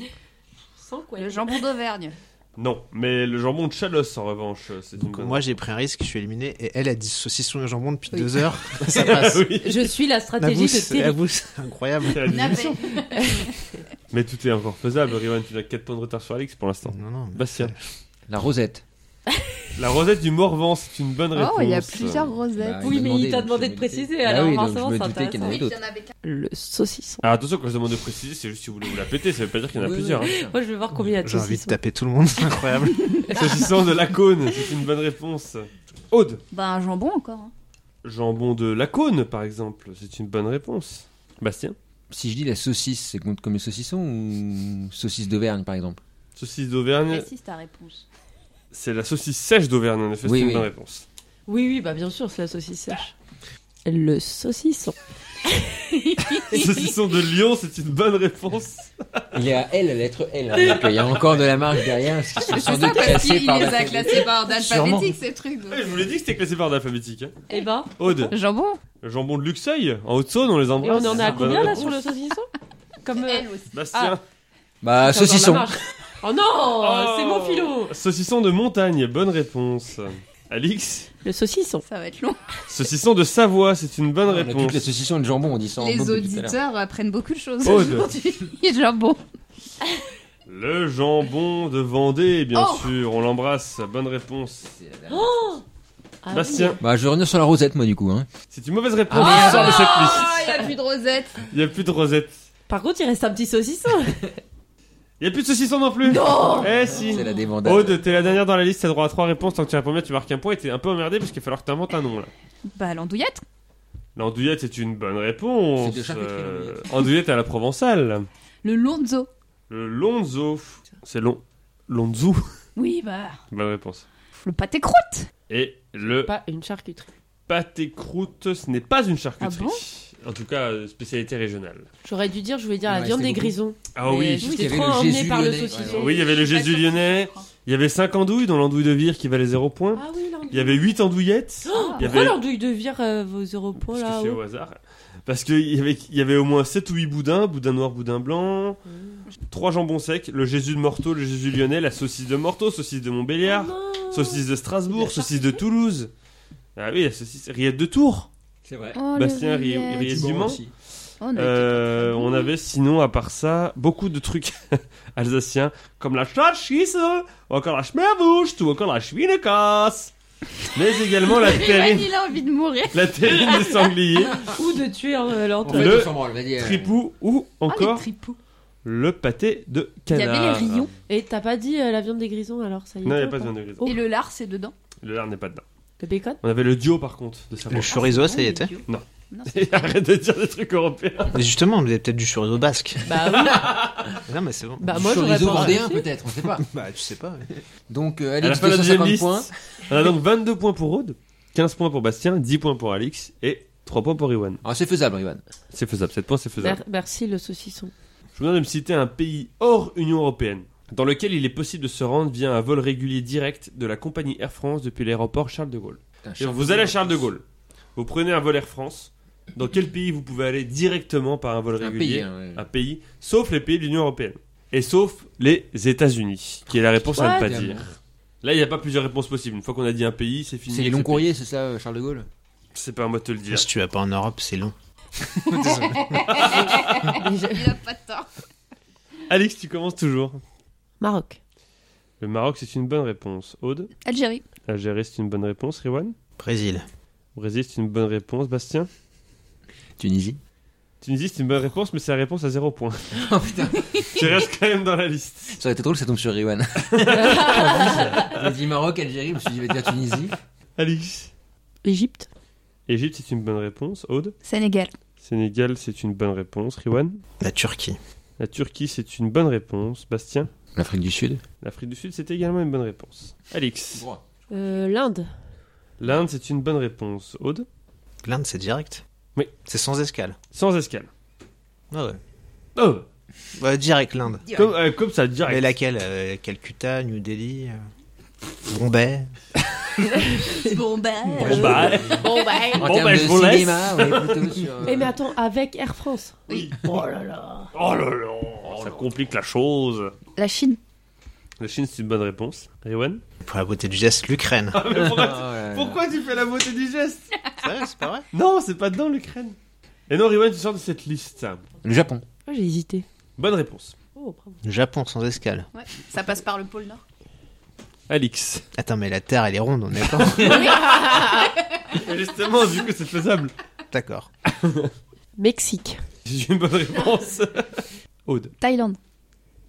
[SPEAKER 3] Sans quoi
[SPEAKER 6] le jambon d'Auvergne.
[SPEAKER 1] Non, mais le jambon de Chalosse en revanche, c'est une
[SPEAKER 5] Donc
[SPEAKER 1] bonne
[SPEAKER 5] moi, j'ai pris un risque, je suis éliminé. Et elle a dit saucisson et jambon depuis deux heures. Ça
[SPEAKER 1] Ah
[SPEAKER 5] passe.
[SPEAKER 1] oui.
[SPEAKER 3] Je suis la
[SPEAKER 5] La
[SPEAKER 3] stratégie
[SPEAKER 5] bouche,
[SPEAKER 3] de
[SPEAKER 5] la
[SPEAKER 3] Terry.
[SPEAKER 5] bouche, incroyable.
[SPEAKER 1] C'est la
[SPEAKER 4] Navet.
[SPEAKER 1] division. Mais tout est encore faisable, Rivan, tu n'as 4 points de retard sur Alix pour l'instant.
[SPEAKER 5] Non, non. mais
[SPEAKER 1] Bastien.
[SPEAKER 2] La rosette.
[SPEAKER 1] La rosette du Morvan, c'est une bonne réponse. euh,
[SPEAKER 6] Oh, il y a plusieurs rosettes.
[SPEAKER 2] Bah,
[SPEAKER 3] Oui,
[SPEAKER 2] m'a
[SPEAKER 3] mais il t'a
[SPEAKER 2] donc
[SPEAKER 3] demandé
[SPEAKER 2] je
[SPEAKER 3] de
[SPEAKER 2] me
[SPEAKER 3] préciser,
[SPEAKER 2] doutais. Bah
[SPEAKER 3] alors
[SPEAKER 2] oui, donc
[SPEAKER 3] forcément,
[SPEAKER 2] je me
[SPEAKER 3] c'est
[SPEAKER 2] doutais qu'il y en avait
[SPEAKER 4] Oui, il y
[SPEAKER 2] d'autres.
[SPEAKER 4] en avait qu'un.
[SPEAKER 3] Le saucisson.
[SPEAKER 1] Alors attention, quand je demande de préciser, c'est juste si vous voulez vous la péter, ça veut pas dire qu'il y en a
[SPEAKER 2] Oui, oui,
[SPEAKER 1] plusieurs. hein.
[SPEAKER 2] bien sûr.
[SPEAKER 3] Moi, je vais voir combien il y a de
[SPEAKER 5] J'ai envie de
[SPEAKER 3] saucissons.
[SPEAKER 5] taper tout le monde, c'est incroyable.
[SPEAKER 1] Saucisson de Lacône, c'est une bonne réponse. Aude,
[SPEAKER 6] Bah, un jambon encore. hein.
[SPEAKER 1] jambon de Lacône, par exemple, c'est une bonne réponse. Bastien,
[SPEAKER 2] Si je dis la saucisse, c'est comme comme le saucisson ou saucisse d'Auvergne, par exemple
[SPEAKER 1] saucisse d'Auvergne,
[SPEAKER 6] Précise ta réponse.
[SPEAKER 1] Ah, c'est la saucisse sèche d'Auvergne, en effet,
[SPEAKER 2] Oui,
[SPEAKER 1] c'est une
[SPEAKER 2] oui.
[SPEAKER 1] bonne réponse.
[SPEAKER 3] Oui, oui, bah bien sûr, c'est la saucisse sèche. Le saucisson.
[SPEAKER 1] Saucisson de Lyon, c'est une bonne réponse.
[SPEAKER 2] Il y a L, la lettre L. Donc, il y a encore de la marge derrière, parce qu'ils sont sans
[SPEAKER 4] C'est ça
[SPEAKER 2] doute
[SPEAKER 4] parce
[SPEAKER 2] classés
[SPEAKER 4] qu'il
[SPEAKER 2] par
[SPEAKER 4] les
[SPEAKER 2] la
[SPEAKER 4] a classés par ordre
[SPEAKER 2] Sûrement.
[SPEAKER 4] alphabétique, ces trucs. donc.
[SPEAKER 1] Ouais, je vous l'ai dit que c'était classé par ordre alphabétique. hein.
[SPEAKER 3] Eh ben,
[SPEAKER 1] Aude,
[SPEAKER 6] Jambon
[SPEAKER 1] le jambon de Luxeuil, en Haute-Saône, on les
[SPEAKER 3] et
[SPEAKER 1] embrasse.
[SPEAKER 3] on en est à
[SPEAKER 1] Bonne
[SPEAKER 3] combien là
[SPEAKER 1] réponse.
[SPEAKER 3] sur le saucisson Comme euh,
[SPEAKER 4] Elle aussi.
[SPEAKER 1] Bastien.
[SPEAKER 2] Bah,
[SPEAKER 3] c'est encore de la
[SPEAKER 2] saucisson.
[SPEAKER 3] marge. Oh non, c'est mon filon.
[SPEAKER 1] Saucisson de montagne, bonne réponse. Alix,
[SPEAKER 3] Le saucisson.
[SPEAKER 6] Ça va être long.
[SPEAKER 1] saucisson de Savoie, c'est une bonne
[SPEAKER 2] Ah, On a toutes les
[SPEAKER 1] réponse.
[SPEAKER 2] saucissons et le jambon, on dit ça en
[SPEAKER 4] Les
[SPEAKER 2] boucle depuis tout à l'heure.
[SPEAKER 4] auditeurs apprennent beaucoup de choses
[SPEAKER 1] Aude.
[SPEAKER 4] aujourd'hui.
[SPEAKER 6] Et le jambon.
[SPEAKER 1] Le jambon de Vendée, bien
[SPEAKER 4] Oh
[SPEAKER 1] sûr, on l'embrasse, bonne réponse.
[SPEAKER 3] Ah oui.
[SPEAKER 1] Bastien,
[SPEAKER 2] Bah, je vais revenir sur la rosette, moi, du coup. Hein.
[SPEAKER 1] c'est une mauvaise réponse,
[SPEAKER 2] Ah
[SPEAKER 1] on sort de cette
[SPEAKER 4] Oh,
[SPEAKER 1] liste.
[SPEAKER 4] il n'y a plus de rosette.
[SPEAKER 1] Il n'y a plus de rosette.
[SPEAKER 3] Par contre, il reste un petit saucisson.
[SPEAKER 1] Il n'y a plus de saucisson non plus.
[SPEAKER 3] Non
[SPEAKER 1] Eh si
[SPEAKER 2] C'est la débandade.
[SPEAKER 1] Aude, t'es la dernière dans la liste, t'as droit à 3 réponses. Tant que tu réponds bien, tu marques un point et t'es un peu emmerdé parce qu'il va falloir que t'inventes un nom là.
[SPEAKER 6] Bah, l'andouillette.
[SPEAKER 1] L'andouillette c'est une bonne réponse.
[SPEAKER 2] C'est de charcuterie,
[SPEAKER 1] Euh,
[SPEAKER 2] l'andouillette.
[SPEAKER 1] Andouillette à la provençale.
[SPEAKER 6] Le lonzo.
[SPEAKER 1] Le lonzo. C'est long. Lonzo.
[SPEAKER 6] Oui, bah.
[SPEAKER 1] Bonne réponse.
[SPEAKER 6] Le pâté croûte.
[SPEAKER 1] Et le
[SPEAKER 3] Pas une charcuterie. Ah
[SPEAKER 1] pâté croûte, ce n'est pas une charcuterie. En tout cas, euh, spécialité régionale.
[SPEAKER 3] J'aurais dû dire, je voulais dire la
[SPEAKER 2] Ouais,
[SPEAKER 3] viande
[SPEAKER 2] c'était
[SPEAKER 3] des
[SPEAKER 2] beaucoup.
[SPEAKER 3] grisons.
[SPEAKER 1] Ah
[SPEAKER 3] Mais
[SPEAKER 1] oui,
[SPEAKER 3] je
[SPEAKER 2] oui,
[SPEAKER 3] j'étais
[SPEAKER 2] il y avait
[SPEAKER 3] trop
[SPEAKER 2] le
[SPEAKER 3] emmené
[SPEAKER 2] Jésus
[SPEAKER 3] par le
[SPEAKER 2] lyonnais,
[SPEAKER 3] saucisson.
[SPEAKER 2] ouais.
[SPEAKER 1] Oui, il y avait le Jésus lyonnais, il y avait 5 andouilles, dont l'andouille de vire qui valait 0 points.
[SPEAKER 3] Ah oui, l'andouille.
[SPEAKER 1] Il y avait 8 andouillettes.
[SPEAKER 3] Oh,
[SPEAKER 1] il y
[SPEAKER 3] Pourquoi
[SPEAKER 1] avait-
[SPEAKER 3] l'andouille de vire euh, vos euros points
[SPEAKER 1] Parce que
[SPEAKER 3] là
[SPEAKER 1] c'est au hasard. Parce qu'il y avait, il y avait au moins 7 ou 8 boudins, boudin noir, boudin blanc,
[SPEAKER 3] Mm.
[SPEAKER 1] trois jambons secs, le Jésus de Morteau, le Jésus lyonnais, la saucisse de Morteau, saucisse de
[SPEAKER 3] Oh
[SPEAKER 1] Montbéliard, saucisse de Strasbourg,
[SPEAKER 3] La
[SPEAKER 1] saucisse de Toulouse. Ah oui, la saucisse, rillette de Tours.
[SPEAKER 2] C'est vrai.
[SPEAKER 4] Oh,
[SPEAKER 1] Bastien
[SPEAKER 4] le
[SPEAKER 1] Ri-
[SPEAKER 4] rillettes.
[SPEAKER 1] Ri- du Mans.
[SPEAKER 2] aussi.
[SPEAKER 4] Oh, on a
[SPEAKER 1] Euh,
[SPEAKER 4] été
[SPEAKER 1] on avait sinon, à part ça, beaucoup de trucs alsaciens, comme la chachisse, ou encore la schmerbouche, ou encore la schwinekas. Mais également la
[SPEAKER 4] Evan,
[SPEAKER 1] terrine,
[SPEAKER 4] il a envie de mourir.
[SPEAKER 1] la terrine des sangliers,
[SPEAKER 3] Ou de tuer euh,
[SPEAKER 2] En
[SPEAKER 3] l'antenne.
[SPEAKER 2] fait,
[SPEAKER 1] Le
[SPEAKER 2] on s'en branle, vas-y. euh,
[SPEAKER 1] tripou ou encore
[SPEAKER 3] tripous.
[SPEAKER 1] le pâté de
[SPEAKER 4] Ah, Il y
[SPEAKER 1] canard.
[SPEAKER 4] avait les rillons.
[SPEAKER 3] Et t'as pas dit euh, la viande des grisons alors ça y est
[SPEAKER 1] Non, il n'y a
[SPEAKER 3] ou
[SPEAKER 1] pas de viande de grise.
[SPEAKER 3] Oh.
[SPEAKER 4] Et le lard, c'est dedans.
[SPEAKER 1] Le lard n'est pas dedans.
[SPEAKER 3] Le bacon
[SPEAKER 1] On avait le duo par contre de sa
[SPEAKER 5] Le chorizo, ça y hein.
[SPEAKER 1] hein.
[SPEAKER 5] était.
[SPEAKER 1] Arrête de dire des trucs européens.
[SPEAKER 5] Mais justement, vous avez peut-être du chorizo basque.
[SPEAKER 3] Bah oui.
[SPEAKER 5] Non, mais c'est bon.
[SPEAKER 3] Bah
[SPEAKER 2] du
[SPEAKER 3] moi j'aurais
[SPEAKER 2] chorizo
[SPEAKER 3] pas
[SPEAKER 2] vendéen,
[SPEAKER 3] pensé.
[SPEAKER 2] peut-être, on sait pas.
[SPEAKER 5] Bah, tu sais pas.
[SPEAKER 2] Donc, euh,
[SPEAKER 1] À la
[SPEAKER 2] Alex,
[SPEAKER 1] fin de la deuxième
[SPEAKER 2] 250
[SPEAKER 1] liste,
[SPEAKER 2] points.
[SPEAKER 1] on a donc 22 points pour Aude, 15 points pour Bastien, 10 points pour Alix et 3 points pour Iwan.
[SPEAKER 2] Alors, Ah, c'est faisable, Ivan.
[SPEAKER 1] C'est faisable, 7 points c'est faisable.
[SPEAKER 3] Mer- Merci le saucisson.
[SPEAKER 1] Je vous demande de me citer un pays hors Union Européenne dans lequel il est possible de se rendre via un vol régulier direct de la compagnie Air France depuis l'aéroport Charles de Gaulle.
[SPEAKER 2] Putain,
[SPEAKER 1] Et vous allez à Charles de Gaulle, vous prenez un vol Air France. Dans quel pays vous pouvez aller directement par un vol
[SPEAKER 2] Un
[SPEAKER 1] régulier Ah,
[SPEAKER 2] pays. hein, ouais.
[SPEAKER 1] un pays, sauf les pays de l'Union Européenne. Et sauf les États-Unis, qui est la réponse à ne pas
[SPEAKER 2] What
[SPEAKER 1] dire. Là, il n'y a pas plusieurs réponses possibles. Une fois qu'on a dit un pays, c'est fini.
[SPEAKER 2] C'est les longs
[SPEAKER 1] Ce pays.
[SPEAKER 2] courriers, c'est ça, euh, Charles de Gaulle
[SPEAKER 1] C'est pas à moi de te le dire.
[SPEAKER 5] Si tu vas pas en Europe, c'est long.
[SPEAKER 4] Ah, Il a pas de tort.
[SPEAKER 1] Alex, tu commences toujours.
[SPEAKER 3] Maroc.
[SPEAKER 1] Le Maroc, c'est une bonne réponse. Aude
[SPEAKER 4] Algérie.
[SPEAKER 1] Algérie, c'est une bonne réponse. Riwan
[SPEAKER 5] Brésil.
[SPEAKER 1] Brésil, c'est une bonne réponse. Bastien
[SPEAKER 2] Tunisie.
[SPEAKER 1] Tunisie, c'est une bonne réponse, mais c'est la réponse à zéro point.
[SPEAKER 2] Oh putain,
[SPEAKER 1] tu restes quand même dans la liste.
[SPEAKER 2] ça aurait été drôle, ça tombe sur Iwan. J'ai dit Maroc, Algérie, je me suis dit, je vais dire Tunisie.
[SPEAKER 1] Alix
[SPEAKER 3] Égypte.
[SPEAKER 1] Égypte, c'est une bonne réponse. Aude
[SPEAKER 4] Sénégal.
[SPEAKER 1] Sénégal, c'est une bonne réponse. Riwan
[SPEAKER 5] La Turquie.
[SPEAKER 1] La Turquie, c'est une bonne réponse. Bastien
[SPEAKER 2] L'Afrique du Sud.
[SPEAKER 1] L'Afrique du Sud, c'est également une bonne réponse. Alix
[SPEAKER 3] Euh, L'Inde.
[SPEAKER 1] L'Inde, c'est une bonne réponse. Aude
[SPEAKER 5] L'Inde, c'est direct.
[SPEAKER 1] Oui.
[SPEAKER 5] C'est sans escale.
[SPEAKER 1] Sans escale.
[SPEAKER 5] Ah ouais.
[SPEAKER 1] Oh
[SPEAKER 5] Ouais, direct l'Inde.
[SPEAKER 1] comme, euh, comme ça, direct.
[SPEAKER 5] Mais laquelle euh, Calcutta, New Delhi, euh, Bombay.
[SPEAKER 4] Bon ben.
[SPEAKER 1] Bon, bah,
[SPEAKER 4] Bon ben.
[SPEAKER 2] En
[SPEAKER 1] Bon,
[SPEAKER 2] termes
[SPEAKER 1] bah,
[SPEAKER 2] de
[SPEAKER 1] je vous laisse.
[SPEAKER 2] cinéma, on est plutôt sur. euh,
[SPEAKER 3] Eh mais attends, avec Air France.
[SPEAKER 1] Oui.
[SPEAKER 3] Oh là là.
[SPEAKER 1] Oh là là oh, Ça complique la chose.
[SPEAKER 4] La Chine.
[SPEAKER 1] La Chine, c'est une bonne réponse. Riwan Ah,
[SPEAKER 5] Pour la beauté du geste, l'Ukraine.
[SPEAKER 2] oh là là.
[SPEAKER 1] tu fais la beauté du geste
[SPEAKER 5] Ah, C'est vrai, c'est pas vrai
[SPEAKER 1] Non, c'est pas dedans l'Ukraine. Et non, Riwan, tu sors de cette liste.
[SPEAKER 2] Le Japon.
[SPEAKER 3] Oh, J'ai hésité.
[SPEAKER 1] Bonne réponse.
[SPEAKER 3] Oh, bravo.
[SPEAKER 5] Japon, sans escale.
[SPEAKER 4] Ouais. Ça passe par le pôle Nord.
[SPEAKER 1] Alix.
[SPEAKER 5] Attends, mais la Terre, elle est ronde, on est d'accord
[SPEAKER 1] Mais Justement, vu que c'est faisable.
[SPEAKER 5] D'accord.
[SPEAKER 3] Mexique.
[SPEAKER 1] C'est une bonne réponse. Aude.
[SPEAKER 4] Thaïlande.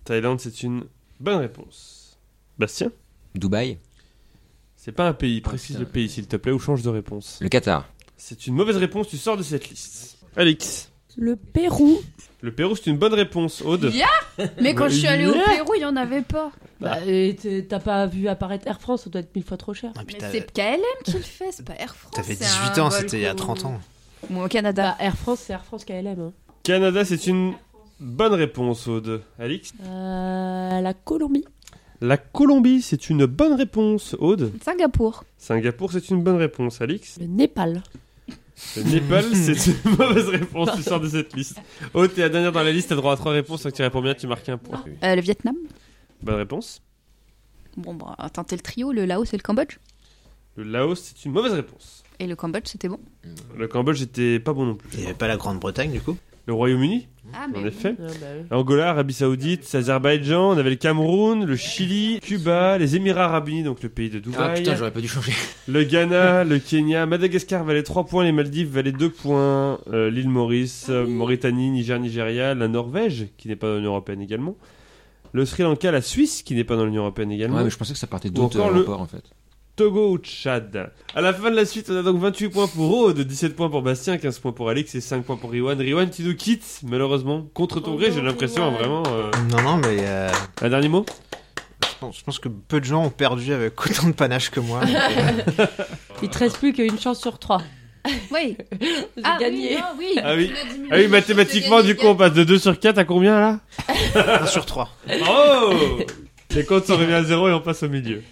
[SPEAKER 1] Thaïlande, c'est une bonne réponse. Bastien
[SPEAKER 2] Dubaï.
[SPEAKER 1] C'est pas un pays, précise
[SPEAKER 2] putain.
[SPEAKER 1] le pays s'il te plaît ou change de réponse.
[SPEAKER 2] Le Qatar.
[SPEAKER 1] C'est une mauvaise réponse, tu sors de cette liste. Alex.
[SPEAKER 3] Le Pérou.
[SPEAKER 1] Le Pérou, c'est une bonne réponse, Aude.
[SPEAKER 4] Yeah. Mais quand je suis allée au
[SPEAKER 3] Ouais.
[SPEAKER 4] Pérou, il y en avait pas.
[SPEAKER 3] Bah, et t'es- t'as pas vu apparaître Air France, ça doit être mille fois trop cher.
[SPEAKER 5] Ah,
[SPEAKER 4] Mais
[SPEAKER 5] putain,
[SPEAKER 4] c'est KLM qui le fait, c'est pas Air France.
[SPEAKER 5] T'avais
[SPEAKER 4] c'est
[SPEAKER 5] 18
[SPEAKER 4] un
[SPEAKER 5] ans,
[SPEAKER 4] vol
[SPEAKER 5] c'était il y a
[SPEAKER 4] qu'on-
[SPEAKER 5] 30 ans.
[SPEAKER 4] Bon, au Canada.
[SPEAKER 3] Bah, Air France, c'est Air France KLM. hein.
[SPEAKER 1] Canada, c'est une bonne réponse, Aude. Alix.
[SPEAKER 3] Euh, la Colombie.
[SPEAKER 1] La Colombie, c'est une bonne réponse, Aude.
[SPEAKER 4] Bah. Singapour.
[SPEAKER 1] Singapour, c'est une bonne réponse, Alix.
[SPEAKER 3] Le Népal.
[SPEAKER 1] Le Népal, c'est une mauvaise réponse, tu sors de cette liste. Aude, t'es la dernière dans la liste, t'as droit à trois réponses, donc tu réponds bien, tu marques un
[SPEAKER 2] Ah
[SPEAKER 1] point.
[SPEAKER 4] Euh, le Vietnam.
[SPEAKER 1] Bonne réponse.
[SPEAKER 4] Bon, bah, tenter le trio, le Laos et le Cambodge.
[SPEAKER 1] Le Laos, c'est une mauvaise réponse.
[SPEAKER 4] Et le Cambodge, c'était bon.
[SPEAKER 1] Le Cambodge, j'étais pas bon non plus.
[SPEAKER 5] Il n'y avait pas la Grande-Bretagne, du coup
[SPEAKER 1] Le Royaume-Uni,
[SPEAKER 4] Ah,
[SPEAKER 1] en effet.
[SPEAKER 3] Ah, bah, oui.
[SPEAKER 1] Angola, Arabie Saoudite, Azerbaïdjan, on avait le Cameroun, le Chili, Cuba, les Émirats Arabes Unis, donc le pays de
[SPEAKER 2] Ah
[SPEAKER 1] Dubaï,
[SPEAKER 2] putain, j'aurais pas dû changer.
[SPEAKER 1] le Ghana, le Kenya, Madagascar valait 3 points, les Maldives valaient 2 points, euh, l'île Maurice, euh, Mauritanie, Niger, Nigeria, la Norvège, qui n'est pas dans l'Union Européenne également, le Sri Lanka, la Suisse, qui n'est pas dans l'Union Européenne également,
[SPEAKER 2] Ouais, mais je pensais que ça partait
[SPEAKER 1] Ou
[SPEAKER 2] d'autres
[SPEAKER 1] encore le-
[SPEAKER 2] aéroports en fait.
[SPEAKER 1] Togo ou Tchad. À la fin de la suite, on a donc 28 points pour Aude, 17 points pour Bastien, 15 points pour Alex et 5 points pour Riwan. Riwan, tu nous quittes, malheureusement, contre ton
[SPEAKER 3] Oh
[SPEAKER 1] gré,
[SPEAKER 3] non,
[SPEAKER 1] j'ai l'impression,
[SPEAKER 3] Riwan.
[SPEAKER 1] vraiment. euh,
[SPEAKER 5] Non, non, mais euh,
[SPEAKER 1] Un dernier mot
[SPEAKER 5] je, pense, je pense que peu de gens ont perdu avec autant de panache que moi.
[SPEAKER 3] Il te reste plus qu'une chance sur trois.
[SPEAKER 6] Oui.
[SPEAKER 3] J'ai
[SPEAKER 6] Ah, Oui,
[SPEAKER 3] gagné.
[SPEAKER 6] non, oui.
[SPEAKER 1] Ah oui.
[SPEAKER 6] Tu l'as dit,
[SPEAKER 1] Ah oui, mathématiquement, du coup, on passe de 2 sur 4 à combien là
[SPEAKER 5] 1 sur 3.
[SPEAKER 1] Oh Les comptes sont remis à zéro et on passe au milieu.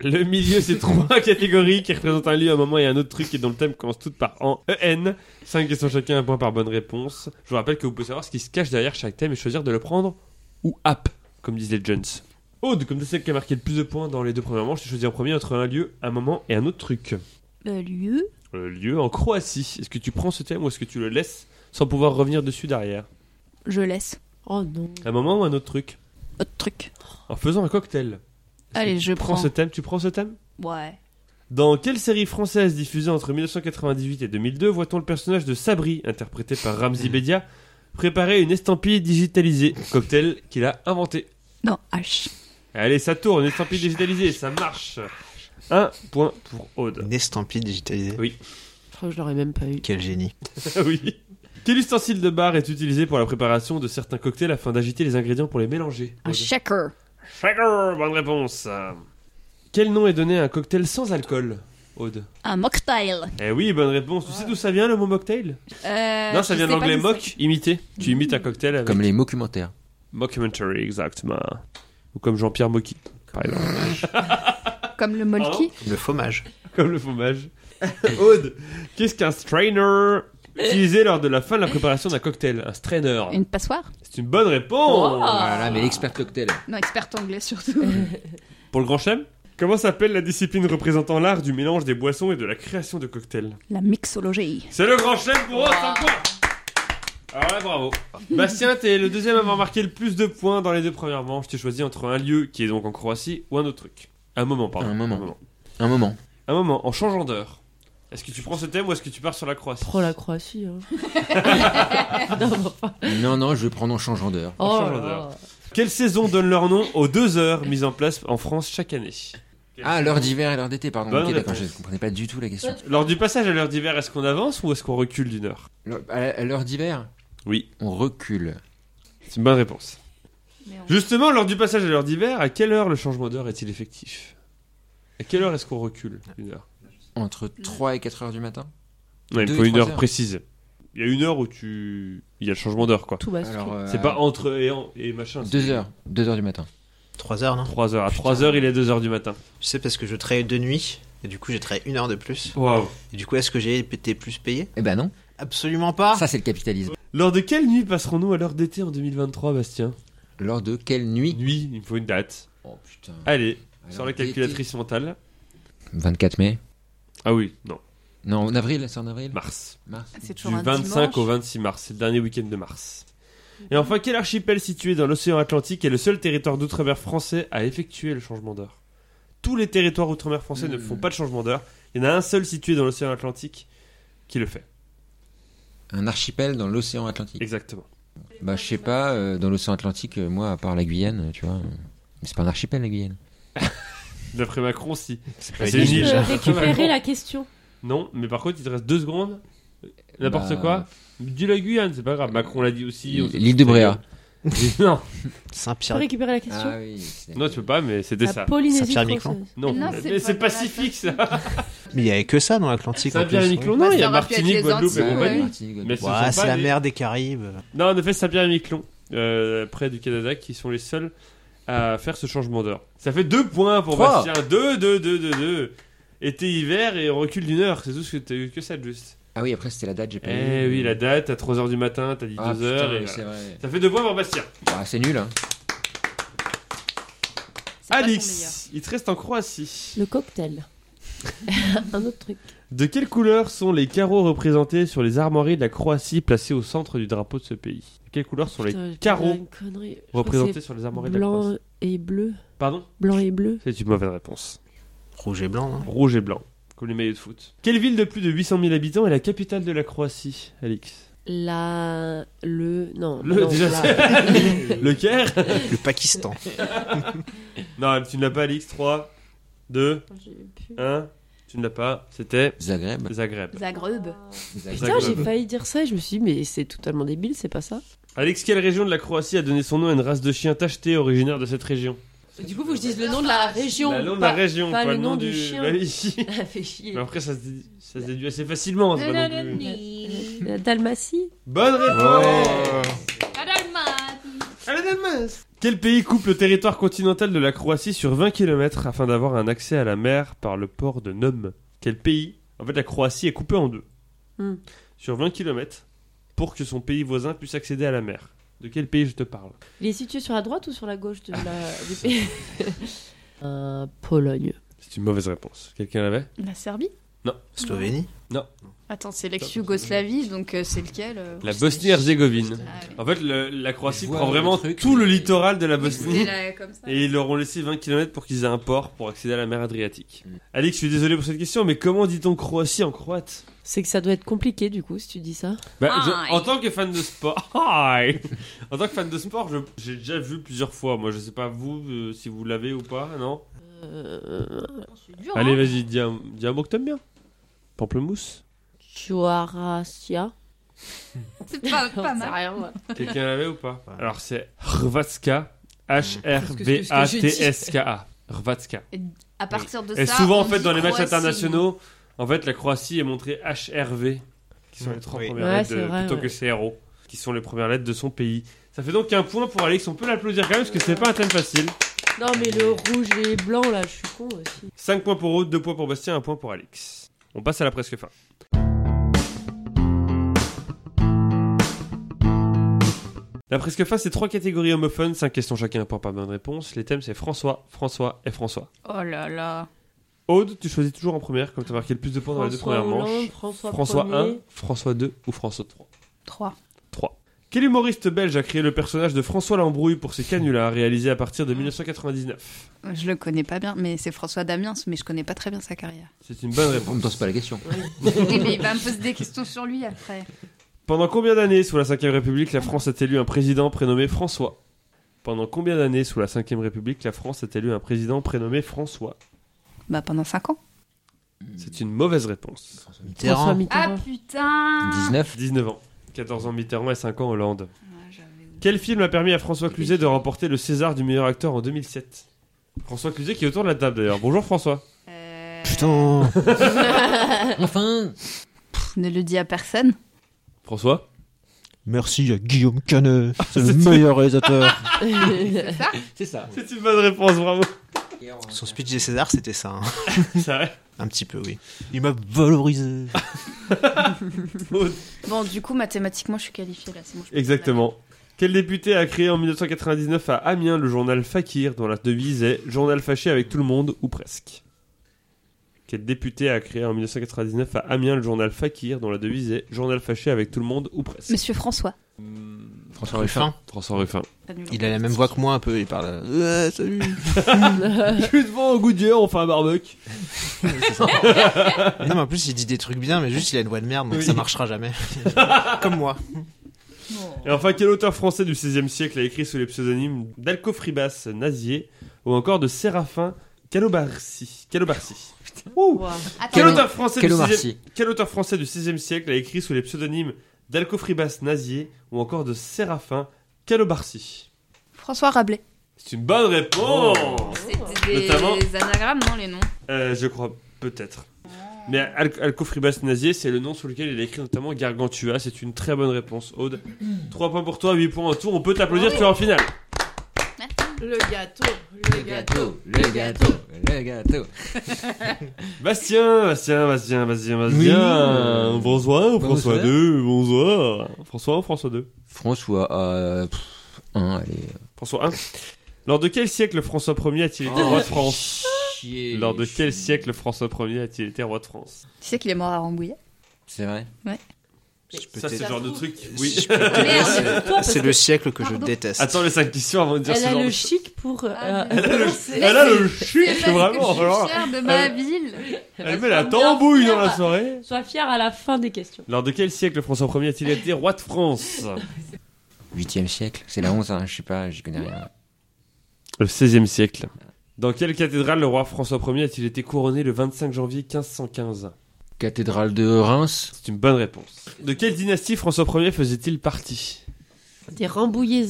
[SPEAKER 1] Le milieu, c'est trois catégories qui représentent un lieu, un moment et un autre truc et dont le thème commence toutes par en EN. Cinq questions chacun, un point par bonne réponse. Je vous rappelle que vous pouvez savoir ce qui se cache derrière chaque thème et choisir de le prendre ou app, comme disent les Jones. Aude, comme tu celle qui a marqué le plus de points dans les deux premières manches, tu choisis en premier entre un lieu, un moment et un autre truc.
[SPEAKER 6] Le lieu.
[SPEAKER 1] Le euh, lieu en Croatie. Est-ce que tu prends ce thème ou est-ce que tu le laisses sans pouvoir revenir dessus derrière
[SPEAKER 6] Je laisse.
[SPEAKER 3] Oh non.
[SPEAKER 1] Un moment ou un autre truc
[SPEAKER 6] Autre truc.
[SPEAKER 1] En faisant un cocktail.
[SPEAKER 6] Allez, je prends.
[SPEAKER 1] Prends ce thème, tu prends ce thème
[SPEAKER 6] Ouais.
[SPEAKER 1] Dans quelle série française diffusée entre 1998 et 2002 voit-on le personnage de Sabri, interprété par Ramzi Bedia, préparer une estampille digitalisée Cocktail qu'il a inventé.
[SPEAKER 6] Non, H.
[SPEAKER 1] Allez, ça tourne, une estampille digitalisée, ça marche Un point pour Aude.
[SPEAKER 5] Une estampille digitalisée.
[SPEAKER 1] Oui.
[SPEAKER 3] Je crois que je l'aurais même pas eu.
[SPEAKER 5] Quel génie.
[SPEAKER 1] Ah oui Quel ustensile de bar est utilisé pour la préparation de certains cocktails afin d'agiter les ingrédients pour les mélanger
[SPEAKER 6] Un
[SPEAKER 1] Aude
[SPEAKER 6] shaker.
[SPEAKER 1] Shaker, bonne réponse. Quel nom est donné à un cocktail sans alcool, Aude
[SPEAKER 6] Un mocktail.
[SPEAKER 1] Eh oui, bonne réponse. Tu sais d'où ça vient le mot mocktail
[SPEAKER 6] Euh,
[SPEAKER 1] Non, ça
[SPEAKER 6] je
[SPEAKER 1] vient de
[SPEAKER 6] sais pas
[SPEAKER 1] l'anglais
[SPEAKER 6] d'où
[SPEAKER 1] mock, imiter. Tu imites un cocktail avec
[SPEAKER 2] Comme les documentaires.
[SPEAKER 1] mockumentary, exactement. Ou comme Jean-Pierre Mocky, par exemple.
[SPEAKER 4] Comme le molki.
[SPEAKER 5] Le fromage.
[SPEAKER 1] comme le fromage. Aude, qu'est-ce qu'un strainer utilisé lors de la fin de la préparation d'un cocktail Un strainer.
[SPEAKER 6] Une passoire.
[SPEAKER 1] C'est une bonne réponse.
[SPEAKER 3] Oh.
[SPEAKER 2] Voilà, mais l'expert cocktail.
[SPEAKER 4] Non, expert anglais surtout.
[SPEAKER 1] Pour le grand chelem Comment s'appelle la discipline représentant l'art du mélange des boissons et de la création de cocktails
[SPEAKER 6] La mixologie.
[SPEAKER 1] C'est le grand chef pour eux, 5 points Alors là, Ah bravo. Bastien, t'es le deuxième à avoir marqué le plus de points dans les deux premières manches. Tu choisis entre un lieu qui est donc en Croatie ou un autre truc. Un moment, pardon.
[SPEAKER 2] Un moment. Un moment.
[SPEAKER 1] Un moment, en changeant d'heure. Est-ce que tu prends ce thème ou est-ce que tu pars sur la Croatie
[SPEAKER 3] Prends la Croatie. Hein. non, mais enfin.
[SPEAKER 2] Non, non, je vais prendre en changeant d'heure.
[SPEAKER 3] Oh
[SPEAKER 1] change
[SPEAKER 3] là
[SPEAKER 1] d'heure.
[SPEAKER 3] là.
[SPEAKER 1] Quelle saison donne leur nom aux deux heures mises en place en France chaque année
[SPEAKER 2] Ah, l'heure d'hiver et l'heure d'été, pardon.
[SPEAKER 1] Bonne
[SPEAKER 2] ok, d'accord, je
[SPEAKER 1] réponse.
[SPEAKER 2] ne comprenais pas du tout la question.
[SPEAKER 1] Lors du passage à l'heure d'hiver, est-ce qu'on avance ou est-ce qu'on recule d'une heure
[SPEAKER 2] L'heure- à la- à L'heure d'hiver
[SPEAKER 1] Oui.
[SPEAKER 2] On recule.
[SPEAKER 1] C'est une bonne réponse.
[SPEAKER 4] Mais on-
[SPEAKER 1] Justement, lors du passage à l'heure d'hiver, à quelle heure le changement d'heure est-il effectif À quelle heure est-ce qu'on recule d'une heure
[SPEAKER 2] Entre 3 et 4 heures du matin
[SPEAKER 1] Ouais, il
[SPEAKER 2] Deux
[SPEAKER 1] faut
[SPEAKER 2] et
[SPEAKER 1] une
[SPEAKER 2] trois
[SPEAKER 1] heure
[SPEAKER 2] heures.
[SPEAKER 1] précise. Il y a une heure où tu. Il y a le changement d'heure, quoi.
[SPEAKER 3] Tout bascule.
[SPEAKER 2] Alors, euh,
[SPEAKER 1] C'est pas entre et, en- et machin.
[SPEAKER 2] 2 heures. 2 heures du matin.
[SPEAKER 5] 3 heures, non
[SPEAKER 1] 3 heures. À 3 heures, il est 2 heures du matin.
[SPEAKER 5] Je sais parce que je travaille de nuit. Et du coup, j'ai travaillé une heure de plus.
[SPEAKER 1] Waouh.
[SPEAKER 5] Et du coup, est-ce que j'ai été plus payé
[SPEAKER 2] Eh ben non.
[SPEAKER 5] Absolument pas.
[SPEAKER 2] Ça, c'est le capitalisme.
[SPEAKER 1] Lors de quelle nuit passerons-nous à l'heure d'été en 2023, Bastien
[SPEAKER 2] Lors de quelle nuit
[SPEAKER 1] Nuit, il me faut une date.
[SPEAKER 2] Oh putain.
[SPEAKER 1] Allez,
[SPEAKER 2] Alors,
[SPEAKER 1] sur la calculatrice mentale.
[SPEAKER 2] d'été. 24 mai
[SPEAKER 1] Ah oui, non,
[SPEAKER 2] Non, en avril, c'est en avril
[SPEAKER 1] mars.
[SPEAKER 2] Mars.
[SPEAKER 4] C'est
[SPEAKER 1] Du
[SPEAKER 4] toujours un
[SPEAKER 1] 25 au
[SPEAKER 4] dimanche. Mhm.
[SPEAKER 1] 26 mars, c'est le dernier week-end de mars. Et enfin, quel archipel situé dans l'océan Atlantique est le seul territoire d'outre-mer français à effectuer le changement d'heure Tous les territoires outre-mer français ne
[SPEAKER 2] Hmm.
[SPEAKER 1] font pas de changement d'heure. Il y en a un seul situé dans l'océan Atlantique qui le fait.
[SPEAKER 2] Un archipel dans l'océan Atlantique.
[SPEAKER 1] Exactement.
[SPEAKER 2] Bah, je sais pas, euh, dans l'océan Atlantique, euh, moi, à part la Guyane, euh, tu vois. euh, Mais c'est pas un archipel, la Guyane.
[SPEAKER 1] D'après Macron, si.
[SPEAKER 5] pas
[SPEAKER 1] C'est
[SPEAKER 5] une
[SPEAKER 1] une
[SPEAKER 5] île.
[SPEAKER 1] île.
[SPEAKER 3] Je peux
[SPEAKER 1] Macron.
[SPEAKER 3] euh, récupérer la question.
[SPEAKER 1] Non, mais par contre, il te reste deux secondes. N'importe
[SPEAKER 2] Bah,
[SPEAKER 1] quoi. Dis la Guyane, c'est pas grave. Macron l'a dit aussi.
[SPEAKER 2] L'île-
[SPEAKER 1] on s'en
[SPEAKER 2] l'île de
[SPEAKER 1] fout
[SPEAKER 2] Bréa.
[SPEAKER 1] gueule. non,
[SPEAKER 3] Je peux
[SPEAKER 5] Saint-Pierre.
[SPEAKER 3] récupérer la question.
[SPEAKER 2] Ah oui. c'est-
[SPEAKER 1] non, tu peux pas, mais c'était
[SPEAKER 3] la
[SPEAKER 1] ça.
[SPEAKER 3] Polynésie
[SPEAKER 5] Saint-Pierre-Miquelon.
[SPEAKER 3] française.
[SPEAKER 1] Non,
[SPEAKER 4] Non, c'est
[SPEAKER 1] mais
[SPEAKER 4] pas
[SPEAKER 1] c'est
[SPEAKER 4] de la
[SPEAKER 1] pacifique ça.
[SPEAKER 5] Mais il y avait que ça dans l'Atlantique. en plus.
[SPEAKER 1] Saint-Pierre-et-Miquelon, non,
[SPEAKER 4] Bah,
[SPEAKER 1] il y a
[SPEAKER 4] ça aurait pu être
[SPEAKER 1] Martinique,
[SPEAKER 4] les
[SPEAKER 1] Guadeloupe et
[SPEAKER 4] Antilles,
[SPEAKER 1] compagnie.
[SPEAKER 4] ouais.
[SPEAKER 2] Martinique,
[SPEAKER 1] Mais ce sont
[SPEAKER 5] Ouais,
[SPEAKER 1] pas
[SPEAKER 5] c'est la
[SPEAKER 1] les-
[SPEAKER 5] mer des Caraïbes.
[SPEAKER 1] Non, en effet, Saint-Pierre-et-Miquelon, euh, près du Canada, qui sont les seuls à faire ce changement d'heure. Ça fait deux points pour
[SPEAKER 2] Trois.
[SPEAKER 1] Bastien. Deux, deux, deux, deux, deux. Été, hiver et on recule d'une heure. C'est tout ce que t'as eu que ça de juste.
[SPEAKER 2] Ah oui, après, c'était la date, j'ai pas
[SPEAKER 1] Eh oui, la date, à 3h du matin, t'as dit 2h.
[SPEAKER 2] Ah, putain,
[SPEAKER 1] et
[SPEAKER 2] mais
[SPEAKER 1] voilà.
[SPEAKER 2] c'est vrai.
[SPEAKER 1] Ça fait deux points pour Bastien.
[SPEAKER 2] Bah, c'est nul, hein.
[SPEAKER 4] C'est pas son meilleur.
[SPEAKER 1] Alix, il te reste en Croatie.
[SPEAKER 3] Le cocktail. Un autre truc.
[SPEAKER 1] De quelle couleur sont les carreaux représentés sur les armoiries de la Croatie placées au centre du drapeau de ce pays De quelle couleur sont
[SPEAKER 3] Putain, je
[SPEAKER 1] les
[SPEAKER 3] peux dire
[SPEAKER 1] carreaux
[SPEAKER 3] une connerie. Je crois que
[SPEAKER 1] représentés sur les
[SPEAKER 3] c'est
[SPEAKER 1] armoiries de la Croatie
[SPEAKER 3] Blanc et bleu.
[SPEAKER 1] Pardon
[SPEAKER 3] Blanc et bleu.
[SPEAKER 1] C'est une mauvaise réponse.
[SPEAKER 5] Rouge et blanc, hein. non
[SPEAKER 1] Rouge et blanc, comme les maillots de foot. Quelle ville de plus de 800 000 habitants est la capitale de la Croatie, Alix
[SPEAKER 3] La. Le. Non.
[SPEAKER 1] Le-
[SPEAKER 3] non,
[SPEAKER 1] déjà,
[SPEAKER 3] la-
[SPEAKER 1] Le Caire
[SPEAKER 5] Le Pakistan.
[SPEAKER 1] Non, tu ne l'as pas, Alix. 3, 2,
[SPEAKER 3] J'ai pu-
[SPEAKER 1] 1. Tu ne l'as pas. C'était
[SPEAKER 2] Zagreb.
[SPEAKER 1] Zagreb.
[SPEAKER 4] Zagreb.
[SPEAKER 1] Ah,
[SPEAKER 3] Putain, j'ai failli dire ça et je me suis dit, mais c'est totalement débile, c'est pas ça.
[SPEAKER 1] Alix, quelle région de la Croatie a donné son nom à une race de chiens tachetés originaire de cette région
[SPEAKER 3] Du coup, faut que je dise le nom de la région.
[SPEAKER 1] le nom de
[SPEAKER 3] pas-
[SPEAKER 1] la région,
[SPEAKER 3] pas
[SPEAKER 1] pas, le nom du.
[SPEAKER 3] chien.
[SPEAKER 1] Bah oui.
[SPEAKER 3] Ah, fait chier.
[SPEAKER 1] Mais après, ça se, dé- ça se déduit assez facilement. hein, c'est pas non plus-
[SPEAKER 3] La Dalmatie
[SPEAKER 1] Bonne réponse
[SPEAKER 5] Oh.
[SPEAKER 1] Allez, Dalmas Quel pays coupe le territoire continental de la Croatie sur 20 km afin d'avoir un accès à la mer par le port de Nome Quel pays En fait, la Croatie est coupée en deux.
[SPEAKER 3] Hmm.
[SPEAKER 1] Sur 20 km pour que son pays voisin puisse accéder à la mer. De quel pays je te parle
[SPEAKER 3] Il est situé sur la droite ou sur la gauche de la... du pays Euh, Pologne.
[SPEAKER 1] C'est une mauvaise réponse. Quelqu'un l'avait
[SPEAKER 4] La Serbie
[SPEAKER 5] Slovénie
[SPEAKER 4] Attends, c'est l'ex-Yougoslavie, donc euh, c'est lequel euh,
[SPEAKER 1] La
[SPEAKER 4] je sais-
[SPEAKER 1] Bosnie-Herzégovine.
[SPEAKER 4] Ah ouais.
[SPEAKER 1] En fait, le- la Croatie
[SPEAKER 2] Je vois
[SPEAKER 1] prend
[SPEAKER 2] le
[SPEAKER 1] vraiment
[SPEAKER 2] truc,
[SPEAKER 1] tout
[SPEAKER 2] mais-
[SPEAKER 1] le littoral de la Bosnie.
[SPEAKER 4] C'est là, comme ça.
[SPEAKER 1] Et ils leur ont laissé 20 km pour qu'ils aient un port pour accéder à la mer Adriatique.
[SPEAKER 2] Hmm.
[SPEAKER 1] Alex, je suis désolé pour cette question, mais comment dit-on Croatie en croate
[SPEAKER 3] C'est que ça doit être compliqué du coup si tu dis ça.
[SPEAKER 1] Bah, je-
[SPEAKER 6] Hi.
[SPEAKER 1] en tant que fan de sport, Hi. en tant que fan de sport, je- j'ai déjà vu plusieurs fois. Moi, je sais pas vous euh, si vous l'avez ou pas, non
[SPEAKER 3] Euh...
[SPEAKER 1] Allez,
[SPEAKER 4] hein.
[SPEAKER 1] vas-y, dis un, dis un mot que t'aimes bien. Pamplemousse.
[SPEAKER 3] Croatia.
[SPEAKER 4] C'est pas, pas mal.
[SPEAKER 1] Quelqu'un l'avait ou pas
[SPEAKER 5] Ouais.
[SPEAKER 1] Alors c'est Hrvatska, H R V A T S K A, Hrvatska.
[SPEAKER 4] À partir de
[SPEAKER 1] Et
[SPEAKER 4] ça.
[SPEAKER 1] souvent, en
[SPEAKER 4] on
[SPEAKER 1] fait,
[SPEAKER 4] dit
[SPEAKER 1] dans les matchs
[SPEAKER 4] Croatie.
[SPEAKER 1] internationaux, en fait, la Croatie est montrée HRV, qui sont les trois
[SPEAKER 5] Oui.
[SPEAKER 1] premières
[SPEAKER 3] Ouais,
[SPEAKER 1] lettres,
[SPEAKER 3] c'est
[SPEAKER 1] de-
[SPEAKER 3] vrai,
[SPEAKER 1] plutôt
[SPEAKER 3] ouais.
[SPEAKER 1] que CRO, qui sont les premières lettres de son pays. Ça fait donc un point pour Alex. On peut l'applaudir quand même, parce que c'est pas un thème facile.
[SPEAKER 3] Non mais le rouge et blanc là, je suis con aussi.
[SPEAKER 1] 5 points pour Aude, 2 points pour Bastien, 1 point pour Alex. On passe à la presque fin. La presque fin, c'est trois catégories homophones, 5 questions chacun, un point par bonne réponse. Les thèmes, c'est François, François et François.
[SPEAKER 4] Oh là là.
[SPEAKER 1] Aude, tu choisis toujours en première, comme tu as marqué le plus de points dans les deux
[SPEAKER 3] François
[SPEAKER 1] premières manches.
[SPEAKER 3] Hollande, François,
[SPEAKER 1] François 1,
[SPEAKER 3] Ier.
[SPEAKER 1] François 2 ou François 3
[SPEAKER 4] 3.
[SPEAKER 1] 3. Quel humoriste belge a créé le personnage de François Lambrouille pour ses canulars réalisés à partir de 1999
[SPEAKER 4] Je le connais pas bien, mais c'est François Damiens, mais je connais pas très bien sa carrière.
[SPEAKER 1] C'est une bonne réponse.
[SPEAKER 2] On ne pose pas la question.
[SPEAKER 4] Oui, mais il va me poser des questions sur lui après.
[SPEAKER 1] Pendant combien d'années sous la 5ème République la France a élu un président prénommé François Pendant combien d'années sous la 5ème République la France a élu un président prénommé François
[SPEAKER 4] Bah pendant 5 ans.
[SPEAKER 1] C'est une mauvaise réponse.
[SPEAKER 3] François
[SPEAKER 5] Mitterrand.
[SPEAKER 4] Ah
[SPEAKER 3] Mitterrand.
[SPEAKER 4] putain
[SPEAKER 2] 19
[SPEAKER 1] 19 ans. 14 ans Mitterrand et 5 ans Hollande.
[SPEAKER 4] Ouais, Ah, j'avais-
[SPEAKER 1] Quel film a permis à François Cluzet de remporter le César du meilleur acteur en 2007 François Cluzet qui est autour de la table d'ailleurs. Bonjour François.
[SPEAKER 4] Euh,
[SPEAKER 5] Putain
[SPEAKER 2] Enfin
[SPEAKER 4] pff, Ne le dis à personne.
[SPEAKER 1] François
[SPEAKER 5] Merci à Guillaume Canet, c'est
[SPEAKER 1] C'est-
[SPEAKER 5] le meilleur réalisateur.
[SPEAKER 3] Ah,
[SPEAKER 2] C'est ça.
[SPEAKER 1] C'est une bonne réponse, bravo.
[SPEAKER 5] Son speech des César, c'était ça. hein.
[SPEAKER 1] C'est vrai.
[SPEAKER 5] Un petit peu, oui. Il m'a valorisé.
[SPEAKER 4] Bon, du coup, mathématiquement, je suis qualifiée là. C'est bon, je peux
[SPEAKER 1] Exactement. Quel député a créé en 1999 à Amiens le journal Fakir dont la devise est Journal fâché avec tout le monde ou presque Quel député a créé en 1999 à Amiens le journal Fakir dont la devise est Journal fâché avec tout le monde ou presque
[SPEAKER 6] Monsieur François.
[SPEAKER 2] François Ruffin.
[SPEAKER 1] François Ruffin.
[SPEAKER 4] prendre la-
[SPEAKER 5] Il a la même voix que moi un peu, il parle. euh, Ouais, salut
[SPEAKER 1] Je suis devant au goût de Dieu, on fait un barbecue.
[SPEAKER 5] Non, mais en plus, il dit des trucs bien, mais juste il a une voix de merde, donc
[SPEAKER 1] Oui.
[SPEAKER 5] ça marchera jamais. Comme moi.
[SPEAKER 1] Et enfin, quel auteur français du XVIe siècle a écrit sous les pseudonymes d'Alcofribas Nazier ou encore de Séraphin Calobarsi Calobarsi. Ouh.
[SPEAKER 3] Wow.
[SPEAKER 4] Attends,
[SPEAKER 1] Quel
[SPEAKER 2] Calo-
[SPEAKER 1] auteur français du
[SPEAKER 2] Quel
[SPEAKER 1] 16e
[SPEAKER 2] Marcy
[SPEAKER 1] Quel auteur français du XVIe siècle a écrit sous les pseudonymes d'Alcofribas Nazier ou encore de Séraphin Calobarsi
[SPEAKER 6] François Rabelais.
[SPEAKER 1] C'est une bonne réponse
[SPEAKER 3] Oh.
[SPEAKER 4] C'était des
[SPEAKER 1] Notamment-
[SPEAKER 4] anagrammes, non, les noms
[SPEAKER 1] Euh, Je crois peut-être. Mais Al Alcofribas Nazier, c'est le nom sous lequel il a écrit notamment Gargantua. C'est une très bonne réponse, Aude. 3 points pour toi, 8 points en tout. On peut t'applaudir, tu es en finale.
[SPEAKER 3] Le gâteau, le gâteau.
[SPEAKER 2] le gâteau, le gâteau.
[SPEAKER 1] Bastien, Bastien, Bastien, Bastien, Bastien.
[SPEAKER 2] Oui.
[SPEAKER 1] Bonsoir,
[SPEAKER 2] Bonsoir.
[SPEAKER 1] François 2, bonsoir. François 1, François 2.
[SPEAKER 2] François, euh, pff, un, allez.
[SPEAKER 1] François 1. Lors de quel siècle François 1er a-t-il été
[SPEAKER 2] Oh.
[SPEAKER 1] roi de France
[SPEAKER 2] Chier.
[SPEAKER 1] Lors de quel siècle François Ier a-t-il été roi de France
[SPEAKER 4] Tu sais qu'il est mort à Rambouillet
[SPEAKER 2] C'est vrai.
[SPEAKER 5] Si je peux
[SPEAKER 1] Ça, c'est
[SPEAKER 5] t'aider-
[SPEAKER 1] le genre de truc.
[SPEAKER 5] si
[SPEAKER 1] Oui.
[SPEAKER 5] je peux t'aider,
[SPEAKER 4] Merde.
[SPEAKER 5] c'est-
[SPEAKER 3] Toi, parce
[SPEAKER 5] C'est le siècle que je
[SPEAKER 4] Pardon.
[SPEAKER 5] déteste.
[SPEAKER 1] Attends les 5 questions avant de dire
[SPEAKER 3] Elle
[SPEAKER 1] ce
[SPEAKER 3] a
[SPEAKER 1] genre
[SPEAKER 3] le
[SPEAKER 1] de truc.
[SPEAKER 3] chic pour. euh,
[SPEAKER 4] Ah,
[SPEAKER 3] euh,
[SPEAKER 1] Elle a le
[SPEAKER 4] Mais
[SPEAKER 1] Elle a
[SPEAKER 4] c'est-
[SPEAKER 1] le chic, vraiment. alors. Euh,
[SPEAKER 4] je suis fière de
[SPEAKER 1] ma
[SPEAKER 4] ma
[SPEAKER 1] elle-
[SPEAKER 4] ville.
[SPEAKER 1] Elle met la tambouille dans la soirée.
[SPEAKER 3] Sois fière à la fin des questions.
[SPEAKER 1] Lors de quel siècle François Ier a-t-il été roi de France
[SPEAKER 2] 8 siècle. C'est la 11, hein, je sais pas, j'y connais rien.
[SPEAKER 1] Le 16e siècle. Dans quelle cathédrale le roi François Ier a-t-il été couronné le 25 janvier 1515
[SPEAKER 2] Cathédrale de Reims.
[SPEAKER 1] C'est une bonne réponse. De quelle dynastie François Ier faisait-il partie
[SPEAKER 3] Des rambouillés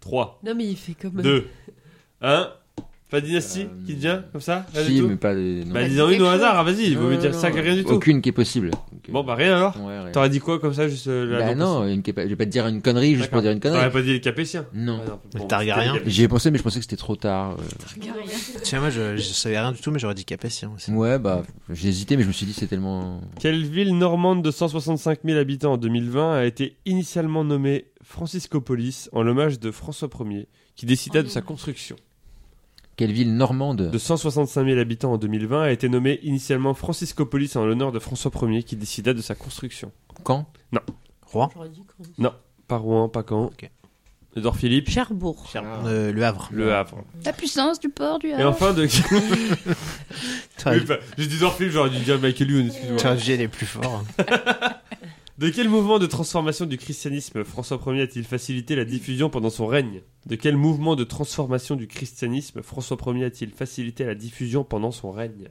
[SPEAKER 1] 3,
[SPEAKER 3] Non mais il fait comme.
[SPEAKER 1] 2, 1. Pas de dynastie
[SPEAKER 2] Euh,
[SPEAKER 1] qui te vient comme ça Rien du
[SPEAKER 2] Si,
[SPEAKER 1] tout
[SPEAKER 2] mais pas des. non.
[SPEAKER 1] Bah,
[SPEAKER 4] Vas-y,
[SPEAKER 1] disons une
[SPEAKER 4] quelque
[SPEAKER 1] au
[SPEAKER 4] chose.
[SPEAKER 1] hasard, ah, vas-y, vous
[SPEAKER 2] Non,
[SPEAKER 1] me
[SPEAKER 2] non,
[SPEAKER 1] dire
[SPEAKER 2] non,
[SPEAKER 1] ça, rien du tout.
[SPEAKER 2] Aucune qui est possible. Donc, euh,
[SPEAKER 1] Bon, bah rien alors
[SPEAKER 2] ouais, rien.
[SPEAKER 1] T'aurais dit quoi comme ça, juste euh, là,
[SPEAKER 2] Bah non, une qui est pas- je vais pas te dire une connerie juste
[SPEAKER 1] D'accord.
[SPEAKER 2] pour dire une
[SPEAKER 1] T'aurais
[SPEAKER 2] connerie.
[SPEAKER 1] pas dit les Capétiens
[SPEAKER 2] Non.
[SPEAKER 1] Ouais, non,
[SPEAKER 5] Mais
[SPEAKER 1] bon,
[SPEAKER 5] Targaryen.
[SPEAKER 1] c'était les
[SPEAKER 2] J'y ai pensé, mais je pensais que c'était trop tard. euh.
[SPEAKER 5] Tiens, moi, je, je savais rien du tout, mais j'aurais dit Capétien aussi.
[SPEAKER 2] Ouais, bah, j'ai hésité, mais je me suis dit, c'est tellement.
[SPEAKER 1] Quelle ville normande de 165 000 habitants en 2020 a été initialement nommée Franciscopolis en l'hommage de François Ier, qui décida de sa construction
[SPEAKER 2] Quelle ville normande
[SPEAKER 1] De 165 000 habitants en 2020 a été nommée initialement Franciscopolis en l'honneur de François Ier, qui décida de sa construction.
[SPEAKER 2] Caen
[SPEAKER 5] Rouen
[SPEAKER 3] J'aurais dit quand même.
[SPEAKER 1] Pas Rouen, pas Caen.
[SPEAKER 5] Ok.
[SPEAKER 1] Edouard Philippe,
[SPEAKER 3] Cherbourg.
[SPEAKER 5] Euh, Le Havre.
[SPEAKER 1] Le Havre.
[SPEAKER 4] La puissance du port du
[SPEAKER 1] Et enfin de...
[SPEAKER 5] T'aurais
[SPEAKER 1] Oui, bah, J'ai dit Edouard Philippe, j'aurais dû dire Michael Youn, excuse-moi.
[SPEAKER 5] t'aurais dû aller plus fort.
[SPEAKER 1] De quel mouvement de transformation du christianisme François Ier a-t-il facilité la diffusion pendant son règne De quel mouvement de transformation du christianisme François Ier a-t-il facilité la diffusion pendant son règne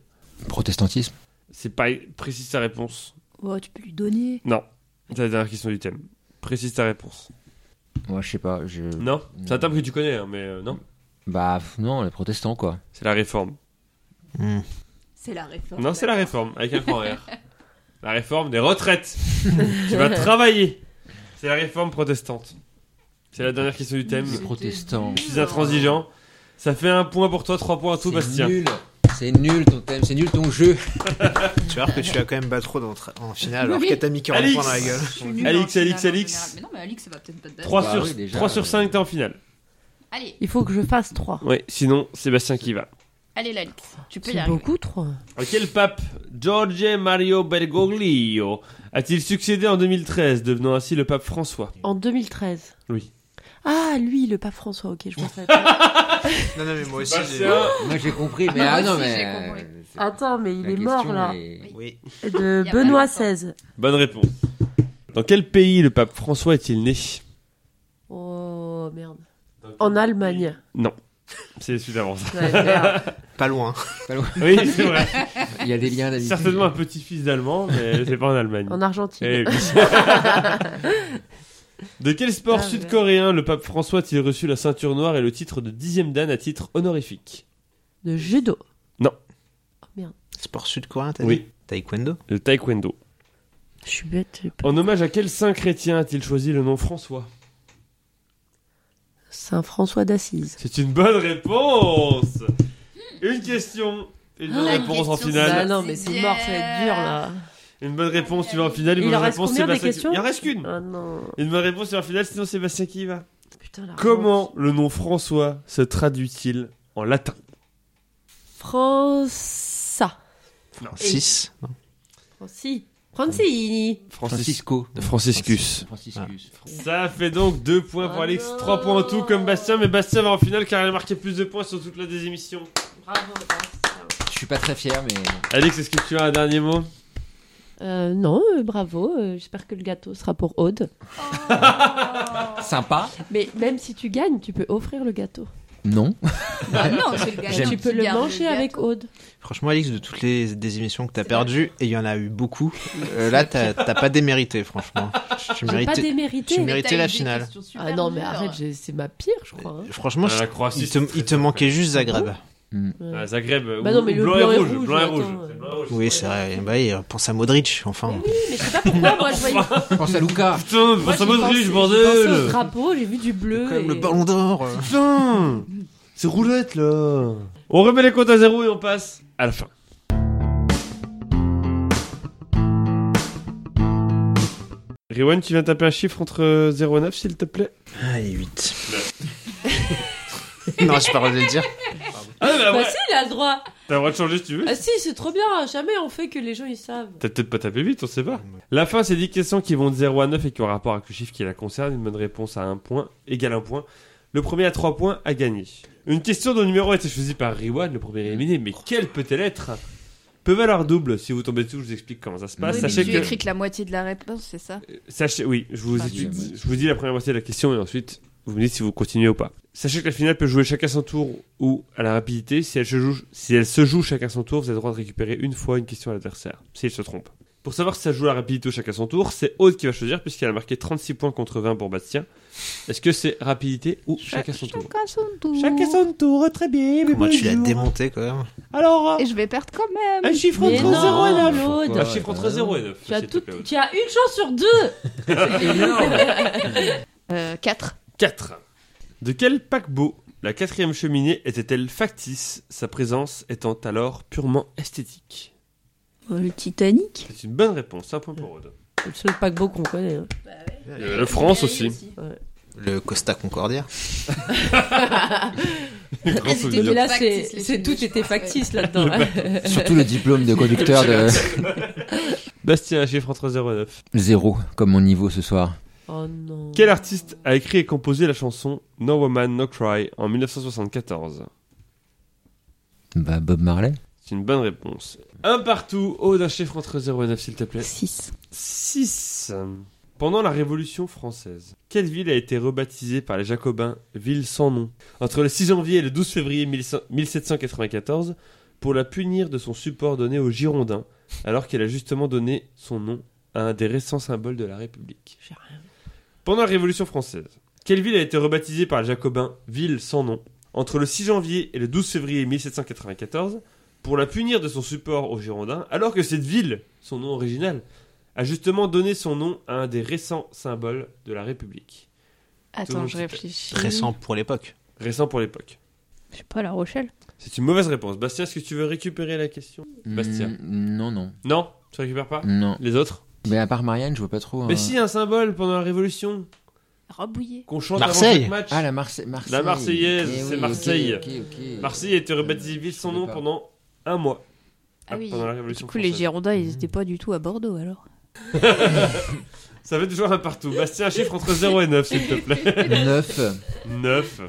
[SPEAKER 2] Protestantisme
[SPEAKER 1] C'est pas précise ta réponse.
[SPEAKER 6] Oh, tu peux lui donner.
[SPEAKER 1] Non, c'est la dernière question du thème. Précise ta réponse.
[SPEAKER 2] Ouais, je sais pas. Je...
[SPEAKER 1] Non, c'est un thème que tu connais, hein, mais euh, non.
[SPEAKER 2] Bah, pff, non, les protestants, quoi.
[SPEAKER 1] C'est la réforme.
[SPEAKER 5] Hmm.
[SPEAKER 6] C'est la réforme.
[SPEAKER 1] Non, c'est la réforme, avec un grand R. La réforme des retraites. tu vas travailler. C'est la réforme protestante. C'est la dernière question du thème.
[SPEAKER 2] Les protestants.
[SPEAKER 1] Je suis intransigeant. Ça fait un point pour toi, trois points à tout,
[SPEAKER 2] C'est
[SPEAKER 1] Bastien.
[SPEAKER 2] nul. C'est nul ton thème, c'est nul ton jeu.
[SPEAKER 5] Tu vas voir que tu as quand même pas trop dans- en finale, alors
[SPEAKER 4] Oui.
[SPEAKER 5] que t'as mis 40
[SPEAKER 1] Alix.
[SPEAKER 5] points dans la gueule.
[SPEAKER 4] Je suis nulle
[SPEAKER 1] Alix,
[SPEAKER 4] en finale,
[SPEAKER 1] Alix,
[SPEAKER 4] en
[SPEAKER 1] Alix.
[SPEAKER 4] général. Mais non, mais Alix, ça va peut-être pas te battre.
[SPEAKER 1] 3
[SPEAKER 2] Bah
[SPEAKER 1] sur,
[SPEAKER 2] oui, déjà,
[SPEAKER 1] 3 sur
[SPEAKER 2] euh,
[SPEAKER 1] 5, t'es en finale.
[SPEAKER 4] Allez,
[SPEAKER 3] Il faut que je fasse 3.
[SPEAKER 1] Oui, sinon, Sébastien qui va.
[SPEAKER 4] allez, Alix, tu peux y
[SPEAKER 3] C'est
[SPEAKER 4] arriver.
[SPEAKER 3] beaucoup 3.
[SPEAKER 1] Euh, Quel pape, Giorgio Mario Bergoglio, a-t-il succédé en 2013, devenant ainsi le pape François
[SPEAKER 3] En 2013.
[SPEAKER 1] Oui.
[SPEAKER 3] Ah, lui, le pape François, ok, je pense à
[SPEAKER 5] Non, non, mais moi aussi, j'ai-
[SPEAKER 2] Moi j'ai compris, mais
[SPEAKER 4] Moi
[SPEAKER 2] ah
[SPEAKER 4] aussi,
[SPEAKER 2] non,
[SPEAKER 4] j'ai
[SPEAKER 2] mais.
[SPEAKER 4] compris.
[SPEAKER 2] euh, c'est-
[SPEAKER 3] Attends, mais Ah, il
[SPEAKER 2] la
[SPEAKER 3] est mort
[SPEAKER 2] question
[SPEAKER 3] là.
[SPEAKER 2] est-
[SPEAKER 5] Oui.
[SPEAKER 3] De
[SPEAKER 4] Il y a pas
[SPEAKER 3] Benoît
[SPEAKER 4] longtemps.
[SPEAKER 3] XVI.
[SPEAKER 1] Bonne réponse. Dans quel pays le pape François est-il né
[SPEAKER 3] Oh merde. En Allemagne.
[SPEAKER 1] C'est celui d'avant. ça.
[SPEAKER 3] Ouais, hein. merde.
[SPEAKER 5] Pas loin.
[SPEAKER 1] Oui, c'est vrai.
[SPEAKER 2] Il y a des liens d'amitié.
[SPEAKER 1] Certainement un petit-fils d'allemand, mais c'est pas en Allemagne.
[SPEAKER 3] en Argentine.
[SPEAKER 1] Eh oui. de quel sport
[SPEAKER 3] Ah, ouais.
[SPEAKER 1] sud-coréen le pape François a-t-il reçu la ceinture noire et le titre de dixième dan à titre honorifique
[SPEAKER 3] De judo.
[SPEAKER 1] Non.
[SPEAKER 3] Oh, merde.
[SPEAKER 5] Sport sud-coréen, t'as dit
[SPEAKER 1] Oui,
[SPEAKER 5] Taekwondo
[SPEAKER 1] le taekwondo.
[SPEAKER 3] Je suis bête. j'ai pas-
[SPEAKER 1] En hommage à quel saint chrétien a-t-il choisi le nom François
[SPEAKER 3] Saint François d'Assise.
[SPEAKER 1] C'est une bonne réponse Une question une bonne
[SPEAKER 4] Ah,
[SPEAKER 1] réponse en
[SPEAKER 4] question,
[SPEAKER 1] finale.
[SPEAKER 4] ça.
[SPEAKER 3] Bah non, mais c'est mort, ça va être dur là.
[SPEAKER 1] Une bonne réponse, tu vas en finale. Une
[SPEAKER 3] Il en
[SPEAKER 1] bonne
[SPEAKER 3] reste
[SPEAKER 1] réponse,
[SPEAKER 3] combien des
[SPEAKER 1] Sébastien qui-
[SPEAKER 3] questions
[SPEAKER 1] Il en reste qu'une.
[SPEAKER 3] Ah non.
[SPEAKER 1] Une bonne réponse, tu vas en finale, sinon Sébastien qui y va.
[SPEAKER 3] Putain, la
[SPEAKER 1] Comment le nom François se traduit-il en latin
[SPEAKER 3] França.
[SPEAKER 1] Non,
[SPEAKER 5] 6.
[SPEAKER 3] Franci. Francini.
[SPEAKER 2] Francisco.
[SPEAKER 1] Franciscus.
[SPEAKER 2] Franciscus.
[SPEAKER 1] Ça fait donc 2 points pour
[SPEAKER 3] Ah
[SPEAKER 1] Alex,
[SPEAKER 3] non.
[SPEAKER 1] 3 points en tout comme Bastien, mais Bastien va en finale car elle a marqué plus de points sur toute la des émissions.
[SPEAKER 3] Bravo.
[SPEAKER 2] Je suis pas très fier, mais.
[SPEAKER 1] Alex, est-ce que tu as un dernier mot
[SPEAKER 3] Euh, non, euh, bravo. euh, J'espère que le gâteau sera pour Aude.
[SPEAKER 2] Sympa
[SPEAKER 3] Mais même si tu gagnes, tu peux offrir le gâteau.
[SPEAKER 2] Non.
[SPEAKER 4] Ah non, c'est le gars.
[SPEAKER 2] J'aime.
[SPEAKER 3] Tu peux le manger avec Aude.
[SPEAKER 5] Franchement, Alix, de toutes les des émissions que t'as perdues, et il y en a eu beaucoup, euh, là, t'as t'as pas démérité, franchement. Tu
[SPEAKER 3] J'ai pas
[SPEAKER 5] méritais.
[SPEAKER 3] démérité.
[SPEAKER 5] tu méritais la finale.
[SPEAKER 3] Ah non, mais arrête, j'ai- c'est ma pire, je crois. hein.
[SPEAKER 1] Euh,
[SPEAKER 5] Franchement,
[SPEAKER 1] Ah,
[SPEAKER 5] je- il te, il te
[SPEAKER 1] manquait
[SPEAKER 5] manquait juste Zagreb.
[SPEAKER 1] Ah, Zagreb, euh,
[SPEAKER 3] Bah non, mais le
[SPEAKER 1] blanc,
[SPEAKER 3] blanc
[SPEAKER 1] et
[SPEAKER 3] et
[SPEAKER 1] rouge,
[SPEAKER 3] rouge,
[SPEAKER 1] blanc et
[SPEAKER 3] attends,
[SPEAKER 1] rouge.
[SPEAKER 3] euh.
[SPEAKER 1] c'est blanc et rouge.
[SPEAKER 5] Oui, c'est vrai. Bah, il pense à Modric, enfin.
[SPEAKER 3] Mais je sais pas pourquoi, moi je voyais.
[SPEAKER 2] Pense à Luca.
[SPEAKER 1] Putain, François
[SPEAKER 3] moi, j'ai pensé-
[SPEAKER 1] Modric,
[SPEAKER 3] j'ai pensé au
[SPEAKER 1] bordel
[SPEAKER 3] drapeau, j'ai vu du bleu.
[SPEAKER 5] Comme le
[SPEAKER 3] et-
[SPEAKER 5] ballon d'or. euh.
[SPEAKER 1] Putain C'est roulette là On remet les comptes à zéro et on passe à la fin. Rewan, tu viens taper un chiffre entre 0 et 9, s'il te plaît
[SPEAKER 5] Ah, et 8. non, je parle de le dire.
[SPEAKER 1] Ah, mais
[SPEAKER 3] Bah si, il a le droit.
[SPEAKER 1] T'as le droit de changer si tu veux.
[SPEAKER 3] Ah si, c'est trop bien. Jamais on fait que les gens ils savent.
[SPEAKER 1] T'as peut-être pas tapé vite, on sait pas. La fin, c'est 10 questions qui vont de 0 à 9 et qui ont rapport avec le chiffre qui la concerne. Une bonne réponse à 1 point égale 1 point. Le premier à 3 points a gagné. Une question dont le numéro a été choisi par Riwan, le premier éliminé, mais quelle peut-elle être Peut valoir double. Si vous tombez dessus, je vous explique comment ça se passe.
[SPEAKER 4] Oui, mais
[SPEAKER 1] Ah, sachez
[SPEAKER 4] tu
[SPEAKER 1] que.
[SPEAKER 4] écris que la moitié de la réponse, c'est ça
[SPEAKER 1] Sachez, oui, je vous,
[SPEAKER 4] Ah,
[SPEAKER 1] explique-
[SPEAKER 2] tu aimes.
[SPEAKER 1] je vous dis la première moitié de la question et ensuite vous me dites si vous continuez ou pas. Sachez que la finale peut jouer chacun son tour ou à la rapidité. Si elle se joue, si elle se joue chacun son tour, vous avez le droit de récupérer une fois une question à l'adversaire, s'il se trompe. Pour savoir si ça joue à la rapidité ou chacun son tour, c'est Aude qui va choisir puisqu'elle a marqué 36 points contre 20 pour Bastien. Est-ce que c'est rapidité ou chacun son tour
[SPEAKER 4] Chacun son tour.
[SPEAKER 1] son tour, très bien.
[SPEAKER 5] Moi, tu l'as démonté quand même.
[SPEAKER 1] Alors, euh,
[SPEAKER 4] Et je vais perdre quand même.
[SPEAKER 1] un chiffre
[SPEAKER 3] Mais non,
[SPEAKER 1] zéro
[SPEAKER 3] Claude.
[SPEAKER 1] Un chiffre
[SPEAKER 5] Ah.
[SPEAKER 1] entre 0 et 9.
[SPEAKER 3] Tu as, tout- tu as une chance sur deux
[SPEAKER 4] 4.
[SPEAKER 1] 4. De quel paquebot la quatrième cheminée était-elle factice, sa présence étant alors purement esthétique
[SPEAKER 6] Le Titanic
[SPEAKER 1] C'est une bonne réponse, un point pour Aude.
[SPEAKER 3] C'est le seul paquebot qu'on connaît. hein.
[SPEAKER 1] Il y avait Euh, la France aussi.
[SPEAKER 5] Le Costa Concordia.
[SPEAKER 1] Grand souvenir.
[SPEAKER 3] Et là, c'est
[SPEAKER 4] factice, les
[SPEAKER 3] c'est-
[SPEAKER 4] films
[SPEAKER 3] tout
[SPEAKER 4] de
[SPEAKER 3] était
[SPEAKER 4] Schwarz,
[SPEAKER 3] factice là-dedans. hein.
[SPEAKER 2] Surtout le diplôme de conducteur de
[SPEAKER 1] Bastien, un chiffre entre 0 et 9.
[SPEAKER 2] zéro, comme mon niveau ce soir.
[SPEAKER 3] Oh non.
[SPEAKER 1] Quel artiste a écrit et composé la chanson No Woman, No Cry en 1974
[SPEAKER 2] Bah, Bob Marley.
[SPEAKER 1] C'est une bonne réponse. Un partout, Aude, un chiffre entre 0 et 9, s'il te plaît.
[SPEAKER 6] 6.
[SPEAKER 1] 6. Pendant la Révolution française, quelle ville a été rebaptisée par les Jacobins ville sans nom entre le 6 janvier et le 12 février 15- 1794 pour la punir de son support donné aux Girondins alors qu'elle a justement donné son nom à un des récents symboles de la République
[SPEAKER 3] J'ai rien.
[SPEAKER 1] Pendant la Révolution française, quelle ville a été rebaptisée par les Jacobins ville sans nom entre le 6 janvier et le 12 février 1794 pour la punir de son support aux Girondins alors que cette ville, son nom original, a justement donné son nom à un des récents symboles de la République.
[SPEAKER 4] Attends, je réfléchis.
[SPEAKER 5] Récent pour l'époque.
[SPEAKER 1] Récent pour l'époque.
[SPEAKER 4] Je sais pas, La Rochelle.
[SPEAKER 1] C'est une mauvaise réponse. Bastien, est-ce que tu veux récupérer la question Bastien.
[SPEAKER 2] Mm, Non, non.
[SPEAKER 1] Non Tu récupères pas
[SPEAKER 2] Non.
[SPEAKER 1] Les autres
[SPEAKER 2] Mais à part Marianne, je vois pas trop.
[SPEAKER 1] Mais
[SPEAKER 2] hein.
[SPEAKER 1] si, un symbole pendant la Révolution
[SPEAKER 6] Rebouillé.
[SPEAKER 1] qu'on chante
[SPEAKER 5] Marseille
[SPEAKER 1] avant chaque match.
[SPEAKER 2] Ah, la Marse- Marseille.
[SPEAKER 1] La Marseillaise,
[SPEAKER 2] Eh
[SPEAKER 1] c'est
[SPEAKER 2] ok,
[SPEAKER 1] Marseille.
[SPEAKER 2] ok, ok.
[SPEAKER 1] Marseille a été rebaptisée ville sans
[SPEAKER 2] Euh, Je savais
[SPEAKER 1] nom
[SPEAKER 2] pas.
[SPEAKER 1] pendant un mois.
[SPEAKER 6] Ah oui.
[SPEAKER 1] Pendant la
[SPEAKER 6] Du
[SPEAKER 1] Révolution
[SPEAKER 6] coup, les
[SPEAKER 1] française. Mmh.
[SPEAKER 6] Girondins, ils étaient pas du tout à Bordeaux alors.
[SPEAKER 1] Ça fait toujours un partout. Bastien, un chiffre entre 0 et 9, s'il te plaît.
[SPEAKER 2] Neuf.
[SPEAKER 1] 9.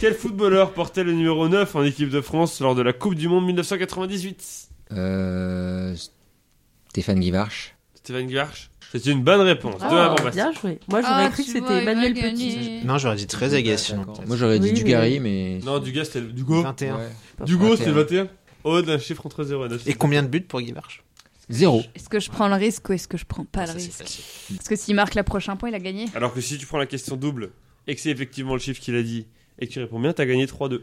[SPEAKER 1] Quel footballeur portait le numéro 9 en équipe de France lors de la Coupe du Monde 1998
[SPEAKER 2] Euh, Stéphane Guivarch.
[SPEAKER 1] Stéphane Guarch C'est une bonne réponse. Deux avant
[SPEAKER 3] Ah,
[SPEAKER 1] Bastien.
[SPEAKER 3] bien joué. Moi,
[SPEAKER 6] Ah,
[SPEAKER 3] j'aurais cru que c'était Emmanuel Petit.
[SPEAKER 5] Non, j'aurais dit très agacien.
[SPEAKER 2] D'accord. Moi j'aurais dit
[SPEAKER 3] Oui,
[SPEAKER 2] Dugarry, mais.
[SPEAKER 1] Non, Dugas, c'était le Dugo.
[SPEAKER 5] 21.
[SPEAKER 2] Ouais.
[SPEAKER 1] Dugo, c'était le 21. Aude, un Oh, chiffre entre 0 et 9.
[SPEAKER 5] Et combien de buts pour Guy Barche
[SPEAKER 2] Zéro.
[SPEAKER 4] Est-ce que je prends le risque ou est-ce que je prends pas le
[SPEAKER 5] Ça, c'est
[SPEAKER 4] risque
[SPEAKER 5] facile.
[SPEAKER 4] Parce que s'il marque la prochain point, il a gagné.
[SPEAKER 1] Alors que si tu prends la question double et que c'est effectivement le chiffre qu'il a dit et que tu réponds bien, t'as gagné 3-2.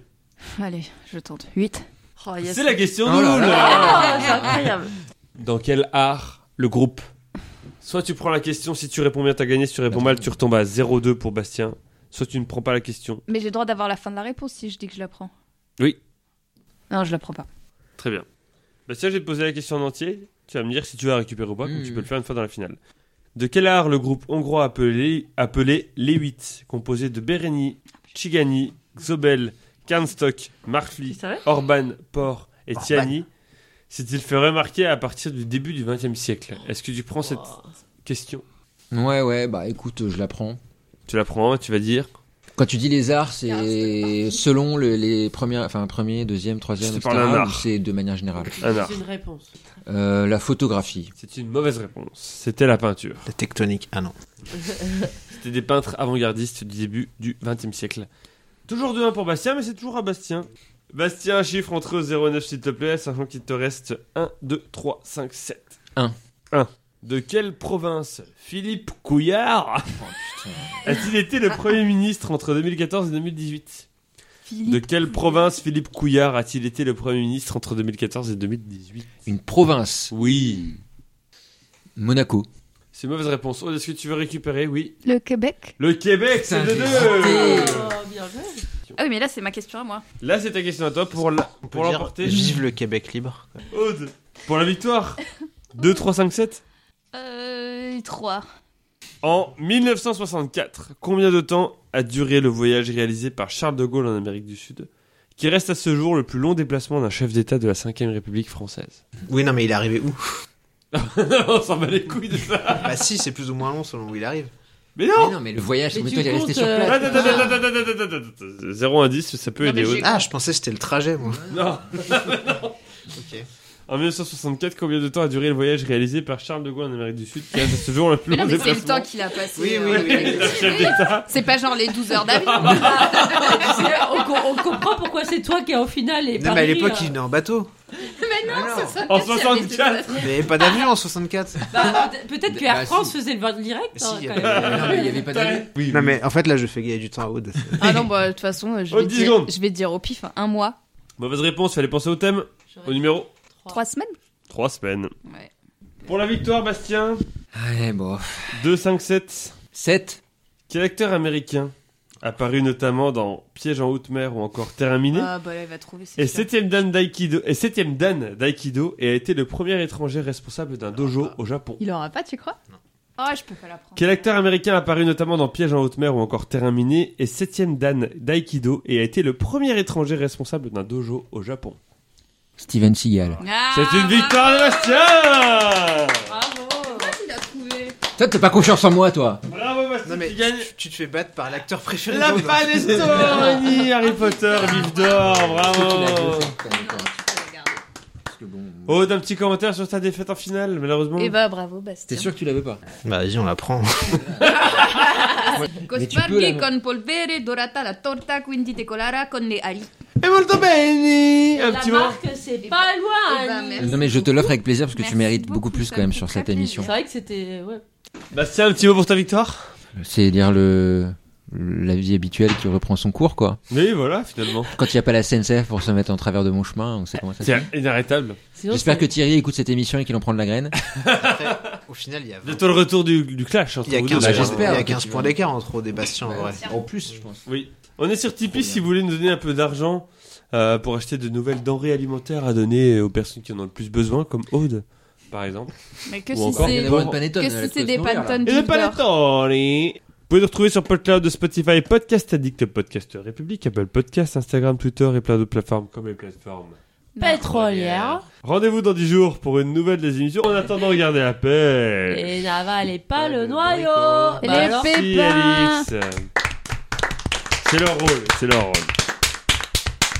[SPEAKER 4] Allez, je tente. 8.
[SPEAKER 3] Oh,
[SPEAKER 4] Ah,
[SPEAKER 3] yes.
[SPEAKER 1] C'est la question
[SPEAKER 2] Oh
[SPEAKER 1] double
[SPEAKER 2] là
[SPEAKER 3] Ah, c'est incroyable.
[SPEAKER 1] Dans quel art le groupe Soit tu prends la question, si tu réponds bien, t'as gagné. Si tu réponds mal, tu retombes à 0-2 pour Bastien. Soit tu ne prends pas la question.
[SPEAKER 4] Mais j'ai le droit d'avoir la fin de la réponse si je dis que je la prends.
[SPEAKER 1] Oui.
[SPEAKER 4] Non, je la prends pas.
[SPEAKER 1] Très bien. Bastien, Bah, je vais te poser la question en entier. Tu vas me dire si tu vas récupérer ou pas, comme
[SPEAKER 2] Mm.
[SPEAKER 1] tu peux le faire une fois dans la finale. De quel art le groupe hongrois appelé, appelé Les 8, composé de Bereni, Chigani, Xobel, Karnstock,
[SPEAKER 3] Tu
[SPEAKER 1] Marfli,
[SPEAKER 3] savais
[SPEAKER 1] Orban, Por et
[SPEAKER 5] Orban.
[SPEAKER 1] Tiani, s'est-il fait remarquer à partir du début du XXe siècle Est-ce que tu prends
[SPEAKER 6] Oh,
[SPEAKER 1] cette question
[SPEAKER 2] Ouais, ouais, bah écoute, je la prends.
[SPEAKER 1] Tu la prends, tu vas dire.
[SPEAKER 2] Quand tu dis les arts,
[SPEAKER 4] Ah,
[SPEAKER 2] c'est selon le- les premières, enfin premier, deuxième, troisième,
[SPEAKER 1] Je te
[SPEAKER 2] etc.
[SPEAKER 1] parle d'un
[SPEAKER 2] ou
[SPEAKER 1] art.
[SPEAKER 2] c'est de manière générale.
[SPEAKER 1] Un art.
[SPEAKER 3] C'est une réponse.
[SPEAKER 2] Euh, la photographie.
[SPEAKER 1] C'est une mauvaise réponse. C'était la peinture.
[SPEAKER 5] La tectonique. Ah non.
[SPEAKER 1] C'était des peintres avant-gardistes du début du XXe siècle. Toujours 2-1 pour Bastien, mais c'est toujours à Bastien. Bastien, un chiffre entre 0 et 9, s'il te plaît, sachant qu'il te reste 1, 2, 3, 5, 7.
[SPEAKER 2] Un.
[SPEAKER 1] 1. De quelle province Philippe Couillard a-t-il été le Premier ministre entre 2014 et 2018
[SPEAKER 6] Philippe.
[SPEAKER 1] De quelle province Philippe Couillard a-t-il été le Premier ministre entre 2014 et 2018
[SPEAKER 2] Une province.
[SPEAKER 1] Oui.
[SPEAKER 2] Monaco.
[SPEAKER 1] C'est une mauvaise réponse. Aude, est-ce que tu veux récupérer Oui.
[SPEAKER 4] Le Québec
[SPEAKER 1] Le Québec, c'est
[SPEAKER 2] Putain,
[SPEAKER 1] de
[SPEAKER 2] j'ai
[SPEAKER 1] deux
[SPEAKER 3] Oh, bien joué.
[SPEAKER 4] Ah oui, mais là, c'est ma question à moi.
[SPEAKER 1] Là, c'est ta question à toi pour la-
[SPEAKER 5] On peut
[SPEAKER 1] pour
[SPEAKER 5] dire,
[SPEAKER 1] l'emporter.
[SPEAKER 5] Vive le Québec libre.
[SPEAKER 1] Aude, pour la victoire. 2, 3, 5, 7.
[SPEAKER 4] Euh. 3.
[SPEAKER 1] En 1964, combien de temps a duré le voyage réalisé par Charles de Gaulle en Amérique du Sud, qui reste à ce jour le plus long déplacement d'un chef d'État de la 5ème République française
[SPEAKER 5] Oui, non, mais il est arrivé où
[SPEAKER 1] On s'en bat les couilles de ça
[SPEAKER 5] Bah si, c'est plus ou moins long selon où il arrive.
[SPEAKER 1] Mais
[SPEAKER 2] Mais
[SPEAKER 1] non
[SPEAKER 2] non, mais le voyage,
[SPEAKER 3] Mais
[SPEAKER 2] mais
[SPEAKER 3] tu
[SPEAKER 2] toi, t'es resté
[SPEAKER 3] comptes,
[SPEAKER 2] sur
[SPEAKER 3] euh,
[SPEAKER 2] place.
[SPEAKER 1] Attends, attends, attends, attends, attends, attends, attends, attends. 0 indice, ça peut
[SPEAKER 4] Non,
[SPEAKER 1] aider
[SPEAKER 4] mais
[SPEAKER 1] Aude.
[SPEAKER 4] j'ai-
[SPEAKER 5] Ah, je pensais que c'était le trajet, moi.
[SPEAKER 1] Non
[SPEAKER 5] Ok.
[SPEAKER 1] En 1964, combien de temps a duré le voyage réalisé par Charles de Gaulle en Amérique du Sud, qui reste à ce jour le plus
[SPEAKER 4] Mais
[SPEAKER 1] long
[SPEAKER 4] non, mais c'est
[SPEAKER 1] déplacement
[SPEAKER 4] le temps qu'il a passé.
[SPEAKER 5] Oui,
[SPEAKER 4] euh,
[SPEAKER 5] oui, oui.
[SPEAKER 1] d'un chef d'État
[SPEAKER 4] C'est pas genre les 12 heures d'avion.
[SPEAKER 3] Tu sais, on, co- on comprend pourquoi c'est toi qui es en finale et Paris,
[SPEAKER 5] Non, mais à l'époque,
[SPEAKER 3] euh,
[SPEAKER 5] il venait en bateau.
[SPEAKER 4] mais
[SPEAKER 3] non,
[SPEAKER 2] Ah non.
[SPEAKER 3] ça sonne
[SPEAKER 1] En
[SPEAKER 3] pas cher,
[SPEAKER 1] 64.
[SPEAKER 5] Il n'y avait pas d'avion en 64.
[SPEAKER 3] mais- Bah, peut- Peut-être que
[SPEAKER 2] Bah,
[SPEAKER 3] Air France
[SPEAKER 2] si.
[SPEAKER 3] faisait le vent direct. hein,
[SPEAKER 5] Si,
[SPEAKER 3] quand
[SPEAKER 5] euh,
[SPEAKER 3] même.
[SPEAKER 2] Non, mais il y avait pas d'avion.
[SPEAKER 1] Oui,
[SPEAKER 5] Non
[SPEAKER 1] oui.
[SPEAKER 5] mais en fait là je fais gagner du temps à Aude.
[SPEAKER 4] Ah non, bah de toute façon, euh, je
[SPEAKER 1] Oh,
[SPEAKER 4] vais,
[SPEAKER 1] 10
[SPEAKER 4] dire,
[SPEAKER 1] secondes.
[SPEAKER 4] je vais dire au pif hein, un mois,
[SPEAKER 1] Mauvaise réponse, fallait penser au thème. Au numéro
[SPEAKER 4] trois semaines.
[SPEAKER 1] 3 semaines.
[SPEAKER 4] Ouais.
[SPEAKER 1] Pour la victoire, Bastien.
[SPEAKER 2] Allez, bon.
[SPEAKER 1] 2-5-7.
[SPEAKER 2] 7.
[SPEAKER 1] Quel acteur américain, apparu notamment dans Piège en haute mer ou encore Terminé,
[SPEAKER 4] Ah bah là, il va trouver. c'est
[SPEAKER 1] est
[SPEAKER 4] sûr.
[SPEAKER 1] septième dan d'aïkido, est septième dan d'aïkido et a été le premier étranger responsable d'un dojo au Japon.
[SPEAKER 4] Il aura pas, tu crois Ah, je peux pas la prendre.
[SPEAKER 1] Quel acteur américain apparu notamment dans Piège en haute mer ou encore Terrain miné est septième dan d'aïkido et a été le premier étranger responsable d'un dojo au Japon
[SPEAKER 2] Steven Seagal.
[SPEAKER 4] Ah,
[SPEAKER 1] C'est une
[SPEAKER 4] bravo.
[SPEAKER 1] victoire de Bastien
[SPEAKER 3] Bravo.
[SPEAKER 4] Ah, tu l'as trouvé.
[SPEAKER 2] Toi, t'as pas confiance en moi, toi.
[SPEAKER 1] Bravo Bastien,
[SPEAKER 5] Non mais
[SPEAKER 1] tu gagnes
[SPEAKER 5] tu, tu te fais battre par l'acteur préféré.
[SPEAKER 1] la
[SPEAKER 5] d'Aude.
[SPEAKER 1] Panestorini Harry Potter, vive d'or, bravo Aude, Oh, un petit commentaire sur ta défaite en finale, malheureusement.
[SPEAKER 3] Eh ben.
[SPEAKER 4] Et bah bravo, Bastien.
[SPEAKER 2] T'es sûr que tu l'avais pas
[SPEAKER 5] Bah vas-y on la prend.
[SPEAKER 2] Mais tu peux
[SPEAKER 6] Cosparghi
[SPEAKER 2] la-
[SPEAKER 6] con polvere dorata la torta quindi te collara con le ali.
[SPEAKER 1] Et molto bene Un
[SPEAKER 3] La
[SPEAKER 1] petit mot
[SPEAKER 3] marque, c'est pas
[SPEAKER 6] Eh
[SPEAKER 3] loin.
[SPEAKER 6] ben,
[SPEAKER 3] Annie.
[SPEAKER 6] merci.
[SPEAKER 2] Non, mais je te l'offre avec plaisir parce que
[SPEAKER 6] Merci
[SPEAKER 2] tu mérites
[SPEAKER 6] beaucoup,
[SPEAKER 2] beaucoup plus
[SPEAKER 6] ça
[SPEAKER 2] quand même
[SPEAKER 6] me fait
[SPEAKER 2] sur
[SPEAKER 6] très
[SPEAKER 2] cette
[SPEAKER 6] plaisir.
[SPEAKER 2] émission.
[SPEAKER 3] C'est vrai que c'était. ouais.
[SPEAKER 1] Bastien, Bah, un petit mot pour ta victoire
[SPEAKER 2] C'est dire le la vie habituelle qui reprend son cours, quoi.
[SPEAKER 1] Oui, voilà, finalement.
[SPEAKER 2] Quand il n'y a pas la CNCF pour se mettre en travers de mon chemin, on sait comment ça se
[SPEAKER 1] C'est
[SPEAKER 2] fait.
[SPEAKER 1] inarrêtable.
[SPEAKER 3] Sinon,
[SPEAKER 2] J'espère que
[SPEAKER 3] c'est-
[SPEAKER 2] Thierry écoute cette émission et qu'il en prend de la graine.
[SPEAKER 5] Après, au final il y a,
[SPEAKER 1] Bientôt le retour du, du clash entre
[SPEAKER 5] il y a
[SPEAKER 1] vous
[SPEAKER 5] 15
[SPEAKER 1] deux.
[SPEAKER 2] Bah,
[SPEAKER 5] points,
[SPEAKER 2] j'espère.
[SPEAKER 5] il y a 15 points d'écart entre Aude et Bastien en vrai.
[SPEAKER 2] En plus, je pense.
[SPEAKER 1] Oui. On est sur Tipeee
[SPEAKER 2] Trop bien.
[SPEAKER 1] si vous voulez nous donner un peu d'argent euh, pour acheter de nouvelles denrées alimentaires à donner aux personnes qui en ont le plus besoin, comme Aude, par exemple.
[SPEAKER 4] Mais que
[SPEAKER 1] Ou
[SPEAKER 4] si
[SPEAKER 1] encore,
[SPEAKER 2] Il y en
[SPEAKER 4] c'est.
[SPEAKER 2] a vraiment une panettone,
[SPEAKER 4] Que
[SPEAKER 2] elle a
[SPEAKER 4] si
[SPEAKER 2] de quoi
[SPEAKER 4] c'est
[SPEAKER 2] se
[SPEAKER 4] des
[SPEAKER 2] nourrir, là.
[SPEAKER 4] pantones
[SPEAKER 1] Et le panettone vous pouvez nous retrouver sur PodCloud, Spotify, Podcast Addict, Podcast République, Apple Podcast, Instagram, Twitter et plein d'autres plateformes comme les plateformes.
[SPEAKER 3] pétrolière
[SPEAKER 1] Rendez-vous dans 10 jours pour une nouvelle des émissions. En attendant, gardez la paix.
[SPEAKER 3] et n'avalez pas
[SPEAKER 1] Ouais,
[SPEAKER 3] le
[SPEAKER 1] le
[SPEAKER 3] noyau.
[SPEAKER 6] Eh ben,
[SPEAKER 1] boycott.
[SPEAKER 4] Et
[SPEAKER 3] Bah
[SPEAKER 4] les
[SPEAKER 3] alors,
[SPEAKER 1] Merci,
[SPEAKER 4] pépins.
[SPEAKER 1] Alix. C'est leur rôle, c'est leur rôle.